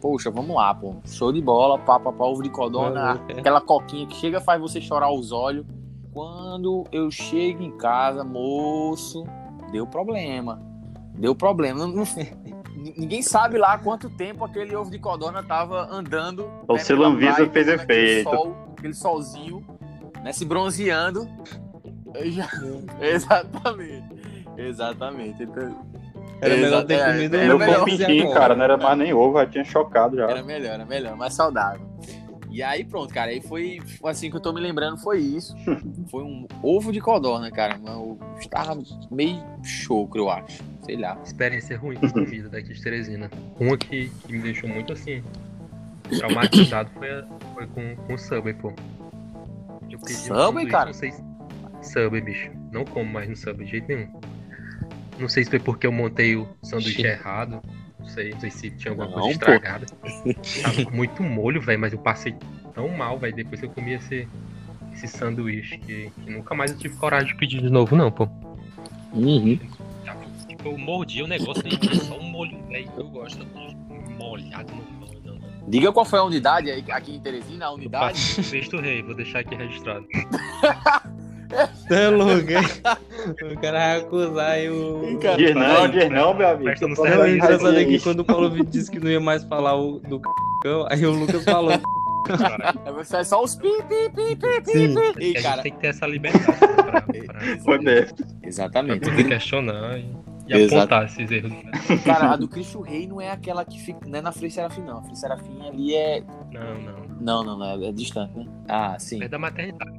Speaker 2: Poxa, vamos lá, pô. Show de bola, pá, pá, pá, ovo de codorna,
Speaker 1: Maluco, é.
Speaker 2: aquela coquinha que chega faz você chorar os olhos. Quando eu chego em casa, moço, deu problema. Deu problema. Não- não- n- ninguém sabe lá quanto tempo aquele ovo de codorna tava andando.
Speaker 3: O selo
Speaker 2: pela
Speaker 3: Anvisa
Speaker 2: praia,
Speaker 3: fez
Speaker 2: tomando aquele
Speaker 3: efeito.
Speaker 2: né, sol, aquele solzinho, né? Se bronzeando. Eu já- Exatamente. Exatamente. Então,
Speaker 1: Era melhor ter
Speaker 2: Exato, é,
Speaker 1: comido um.
Speaker 2: é,
Speaker 1: ovo
Speaker 3: Meu
Speaker 2: melhor
Speaker 1: antes
Speaker 2: você
Speaker 3: pintinho,
Speaker 1: agora.
Speaker 3: cara, não era mais nem ovo, já tinha chocado já.
Speaker 2: Era melhor, era melhor, mais saudável. E aí pronto, cara, aí foi assim que eu tô me lembrando, foi isso. Foi um ovo de codorna, cara. mas Eu estava meio chocro, eu acho. Sei lá.
Speaker 8: Experiência ruim com comida daqui de Teresina. Uma que, que me deixou muito assim. Traumatizado foi, a- foi com, com o Subway, pô. Eu pedi um
Speaker 2: Subway,
Speaker 8: sanduíche,
Speaker 2: cara?
Speaker 8: Não sei se... Subway, bicho. Não como mais no Subway de jeito nenhum. Não sei se foi porque eu montei o sanduíche é
Speaker 2: Ixi.
Speaker 8: errado. Não sei, não sei se tinha alguma
Speaker 2: Não,
Speaker 8: coisa
Speaker 2: pô.
Speaker 8: estragada. Tava com muito molho, velho, mas eu passei tão mal, velho, depois que eu comi esse, esse sanduíche que, que nunca mais eu tive coragem de pedir de novo, não, pô. Tipo, eu mordi o negócio, nem tinha só um molho, velho. Eu gosto de molhado no pão, não. não.
Speaker 2: Diga qual foi a unidade aí, aqui em Teresina, a
Speaker 8: Eu
Speaker 2: unidade.
Speaker 8: passo Cristo Rei, vou deixar aqui registrado.
Speaker 1: Tu é louco, hein? O cara vai acusar aí o.
Speaker 2: Cara,
Speaker 3: Diz não, diz não, meu amigo.
Speaker 8: Festa no
Speaker 3: Tô
Speaker 8: céu,
Speaker 3: falando
Speaker 8: hein?
Speaker 1: É
Speaker 3: errado
Speaker 1: engraçado é que
Speaker 3: aí.
Speaker 1: quando o Paulo Vitor disse que não ia mais falar o, do c... aí o Lucas falou.
Speaker 2: Aí você é só os pi, pi, pi, pi, pi,
Speaker 4: Sim.
Speaker 2: pi.
Speaker 4: a
Speaker 2: E,
Speaker 1: É,
Speaker 4: gente
Speaker 2: cara,
Speaker 4: tem que ter essa
Speaker 8: né,
Speaker 4: liberdade pra, pra
Speaker 3: Foi mesmo.
Speaker 2: exatamente.
Speaker 4: poder questionar e, e
Speaker 2: Exato.
Speaker 4: apontar esses erros.
Speaker 2: Cara, a do Cristo Rei não é aquela que fica. Não é na Frei Serafim, não. A Frei Serafim ali é.
Speaker 4: Não, não.
Speaker 2: Não, não, não. É, é distante, né? Ah, sim.
Speaker 4: É da maternidade.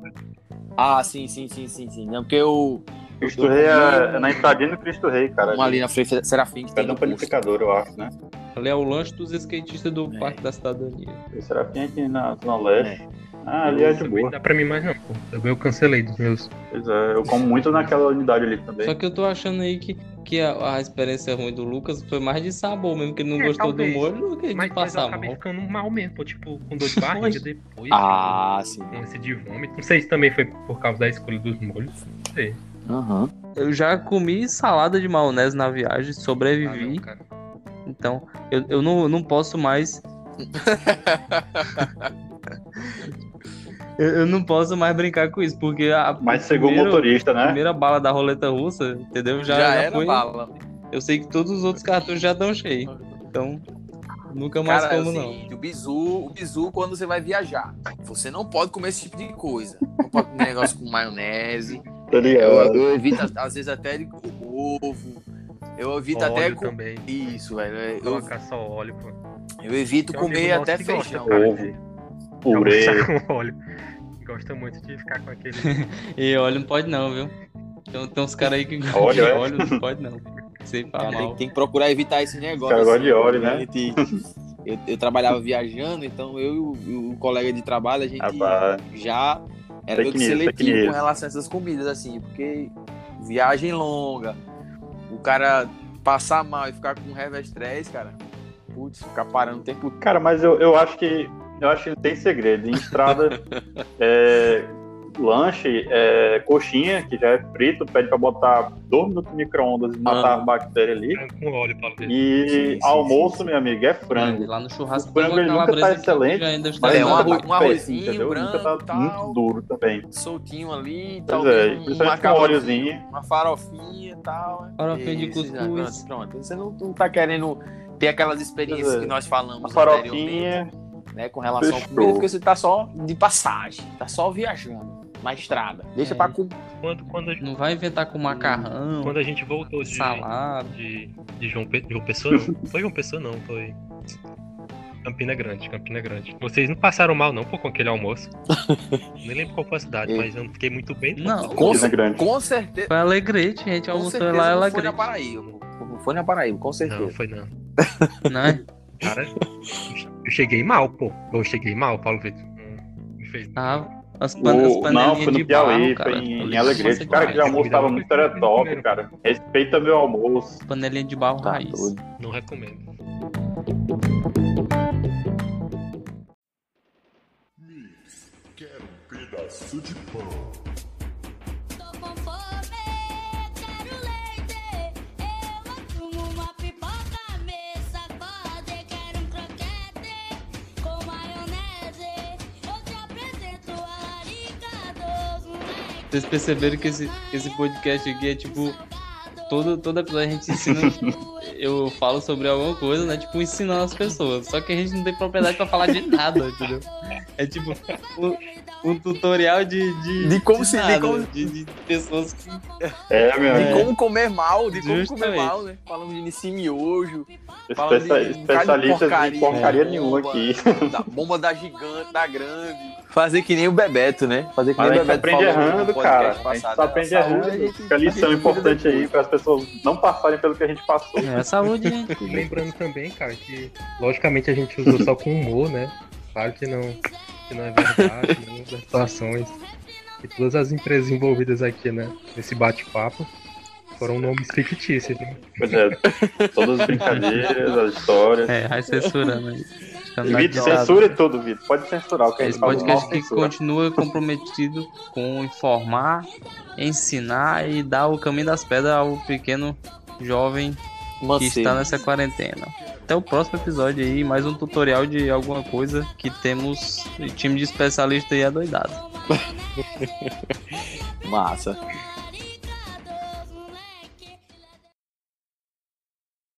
Speaker 2: Ah, sim, sim, sim, sim, sim. Não, porque eu.
Speaker 3: Cristo Rei é, é na entradinha do Cristo Rei, cara.
Speaker 2: Uma um ali na Frei Serafim que
Speaker 3: É
Speaker 2: tem
Speaker 3: no
Speaker 2: no posto.
Speaker 3: panificador, eu acho, né?
Speaker 1: Ali é o lanche dos skatistas do
Speaker 2: É.
Speaker 1: Parque da Cidadania.
Speaker 3: O Serafim aqui na Zona Leste. Ah, ali é de
Speaker 4: Também não
Speaker 3: boa.
Speaker 4: dá pra mim mais não, pô. Também eu cancelei dos meus.
Speaker 3: Pois é, eu como muito naquela unidade ali
Speaker 1: Só
Speaker 3: também.
Speaker 1: que eu tô achando aí que, que a, a experiência ruim do Lucas foi mais de sabor mesmo, que ele não
Speaker 8: É,
Speaker 1: gostou
Speaker 8: talvez.
Speaker 1: do molho do que de
Speaker 4: Mas, mas eu
Speaker 1: passar
Speaker 4: acabei
Speaker 1: mal.
Speaker 4: ficando mal mesmo, pô. Tipo, com dor de barriga depois.
Speaker 2: Ah, sim.
Speaker 4: Com esse de vômito. Não sei se também foi por causa da escolha dos molhos.
Speaker 2: Aham.
Speaker 1: Eu já comi salada de maionese na viagem,
Speaker 4: Ah, não,
Speaker 1: sobrevivi.
Speaker 4: cara.
Speaker 1: Então, eu, eu não, eu não posso mais. eu, eu não posso mais brincar com isso, porque a
Speaker 3: Mas chegou o
Speaker 1: primeiro-
Speaker 3: motorista,
Speaker 1: a
Speaker 3: né?
Speaker 1: primeira bala da roleta russa, entendeu? Já,
Speaker 2: Já,
Speaker 1: já
Speaker 2: era
Speaker 1: foi.
Speaker 2: bala.
Speaker 1: Eu sei que todos os outros cartuchos já estão cheios. Então, nunca mais
Speaker 2: Cara, é o
Speaker 1: como, não.
Speaker 2: seguinte, o bizu, o bizu quando você vai viajar, você não pode comer esse tipo de coisa. Não pode comer negócio com maionese.
Speaker 3: Tá
Speaker 2: Eu,
Speaker 3: ligado?
Speaker 2: eu evito às vezes até de ovo. Eu evito tá até
Speaker 4: Óleo
Speaker 2: com
Speaker 4: também.
Speaker 2: isso, velho. Eu,
Speaker 4: Colocar só óleo, pô.
Speaker 2: eu evito
Speaker 4: Tem um
Speaker 2: comer
Speaker 4: amigo nosso
Speaker 2: até
Speaker 4: que gosta,
Speaker 2: feijão.
Speaker 4: cara, é um
Speaker 3: Ovo.
Speaker 4: de
Speaker 3: Purê.
Speaker 4: almoçar com óleo. Gosta muito de ficar com aquele.
Speaker 1: E olha, não pode não, viu? Tem, tem uns caras aí que gostam
Speaker 3: Olha,
Speaker 1: de
Speaker 3: é?
Speaker 1: óleo, não pode não. Sem
Speaker 2: Cara,
Speaker 1: falar
Speaker 2: tem,
Speaker 1: mal.
Speaker 2: tem que procurar evitar esse negócio.
Speaker 3: Cara, gosta de óleo, né?
Speaker 2: A gente- eu, eu trabalhava viajando, então eu e o, e o colega de trabalho, a gente
Speaker 3: Rapaz.
Speaker 2: já era meio que
Speaker 3: Tecnista,
Speaker 2: seletivo com
Speaker 3: tecnista.
Speaker 2: relação a essas comidas, assim, porque viagem longa, o cara passar mal e ficar com revestrez, cara, putz, ficar parando o tempo
Speaker 3: Cara, mas eu, eu acho que eu acho que não tem segredo. Em estrada, é, lanche, é, coxinha, que já é frito, pede pra botar dois minutos no micro-ondas e matar
Speaker 2: Ah.
Speaker 3: as bactérias ali.
Speaker 4: Com óleo, Paulo. Dele.
Speaker 3: E
Speaker 2: Sim, sim,
Speaker 3: almoço,
Speaker 2: sim,
Speaker 3: meu amigo, é frango.
Speaker 1: Lá no churrasco,
Speaker 3: O
Speaker 1: tem
Speaker 3: frango,
Speaker 1: uma
Speaker 3: ele nunca tá
Speaker 1: calabresa que
Speaker 3: excelente,
Speaker 1: já ainda está
Speaker 3: Mas
Speaker 2: É,
Speaker 1: na
Speaker 2: um
Speaker 3: nunca
Speaker 2: arroz-
Speaker 3: tá
Speaker 2: um arrozinho
Speaker 3: péssimo, entendeu? Nunca
Speaker 2: branco,
Speaker 3: tá
Speaker 2: tal.
Speaker 3: muito duro também.
Speaker 2: soltinho ali,
Speaker 3: Pois
Speaker 2: talvez
Speaker 3: é,
Speaker 2: um-
Speaker 3: principalmente com
Speaker 2: macarrão-
Speaker 3: óleozinho.
Speaker 2: uma farofinha e tal. né?
Speaker 1: Farofinha de
Speaker 2: Isso, já,
Speaker 1: cuscuz.
Speaker 2: Pronto, pronto. Você não, não tá querendo ter aquelas experiências
Speaker 3: Pois é.
Speaker 2: que nós falamos
Speaker 3: Uma
Speaker 2: anteriormente,
Speaker 3: farofinha.
Speaker 2: né, com relação ao
Speaker 3: Fechou.
Speaker 2: comida, porque você tá só de passagem, tá só viajando na estrada. Deixa
Speaker 1: É.
Speaker 2: pra comer.
Speaker 4: Quando, quando,
Speaker 1: Não vai inventar com macarrão,
Speaker 4: quando a gente voltou de,
Speaker 1: salada.
Speaker 4: de, de João, Pe- João Pessoa, não. Foi João Pessoa, não. Foi Campina Grande, Campina Grande. Vocês não passaram mal, não, pô, com aquele almoço. Nem lembro qual foi a cidade,
Speaker 2: É.
Speaker 4: mas eu não fiquei muito bem. não.
Speaker 1: Não,
Speaker 2: Com,
Speaker 3: Campina
Speaker 2: cer-
Speaker 3: Grande.
Speaker 2: com certeza.
Speaker 1: foi alegrete, a gente
Speaker 2: Com
Speaker 1: almoçou
Speaker 2: certeza
Speaker 1: lá,
Speaker 2: não
Speaker 1: ela
Speaker 2: foi na
Speaker 1: grete,
Speaker 2: Paraíba. pô. Não foi na Paraíba, com
Speaker 4: Não,
Speaker 2: certeza.
Speaker 4: foi não.
Speaker 1: né?
Speaker 4: Cara, eu cheguei mal, pô. Eu cheguei mal, Paulo Vitor. Hum, Me fez.
Speaker 1: Tava. As, pan as
Speaker 3: O, não,
Speaker 1: panelinhas
Speaker 3: foi
Speaker 1: de
Speaker 3: no Piauí,
Speaker 1: barro, cara.
Speaker 3: foi em, em
Speaker 1: Nossa,
Speaker 3: Alegrete. Cara, aquele
Speaker 1: demais.
Speaker 3: almoço tava muito era top, cara. Respeita meu almoço.
Speaker 1: Panelinha de barro
Speaker 2: Tá
Speaker 1: raiz.
Speaker 2: doido.
Speaker 4: Não recomendo.
Speaker 9: Tô com fome, quero leite. Eu arrumo uma pipoca, me sacode. Quero um croquete com maionese. Eu te apresento a larica dos moleques.
Speaker 1: Vocês perceberam que esse, que esse podcast aqui é tipo. Todo, todo episódio a gente ensina. eu falo sobre alguma coisa, né? Tipo, ensinando as pessoas. Só que a gente não tem propriedade pra falar de nada, entendeu? É tipo um, um tutorial de. De,
Speaker 2: De como se- de
Speaker 1: nada,
Speaker 2: como-
Speaker 1: de, de pessoas que.
Speaker 3: É, meu
Speaker 2: De
Speaker 3: amigo.
Speaker 2: como comer mal, de como comer
Speaker 1: Justamente.
Speaker 2: mal, né? Falamos de Nissim Miojo. falamos
Speaker 3: Especia-
Speaker 2: um bocado de
Speaker 3: especialistas em porcaria
Speaker 2: né?
Speaker 3: nenhuma
Speaker 2: Bomba,
Speaker 3: aqui.
Speaker 2: Da bomba da gigante, da grande. Fazer que nem o Bebeto, né? Fazer que
Speaker 3: Mas a
Speaker 2: nem o
Speaker 3: gente
Speaker 2: Bebeto
Speaker 3: aprende
Speaker 2: falou no
Speaker 3: errando,
Speaker 2: podcast
Speaker 3: cara. A gente
Speaker 2: passado,
Speaker 3: só
Speaker 2: né?
Speaker 3: aprende
Speaker 2: Saúde,
Speaker 3: errando.
Speaker 2: a gente-
Speaker 3: Fica a lição importante aí para as pessoas não passarem pelo que a gente passou.
Speaker 1: É, a saúde, gente.
Speaker 4: Lembrando também, cara, que logicamente a gente usou só com humor, né? Claro que não, que não é verdade, né? das situações. E todas as empresas envolvidas aqui, né? Nesse bate-papo foram nomes fictícios, né?
Speaker 3: Pois é, todas as brincadeiras, as histórias.
Speaker 1: É, vai censurando aí.
Speaker 2: É,
Speaker 1: Fica
Speaker 2: tá
Speaker 1: no
Speaker 3: Vitor,
Speaker 1: ditado.
Speaker 3: censura tudo, Vitor. Pode censurar o que a gente
Speaker 1: Esse
Speaker 3: falou.
Speaker 1: podcast
Speaker 3: Não
Speaker 1: que
Speaker 3: censura.
Speaker 1: continua comprometido com informar, ensinar e dar o caminho das pedras ao pequeno jovem que
Speaker 2: Mancebo.
Speaker 1: está nessa quarentena. Até o próximo episódio aí, mais um tutorial de alguma coisa que temos time de especialista aí adoidado.
Speaker 2: Massa.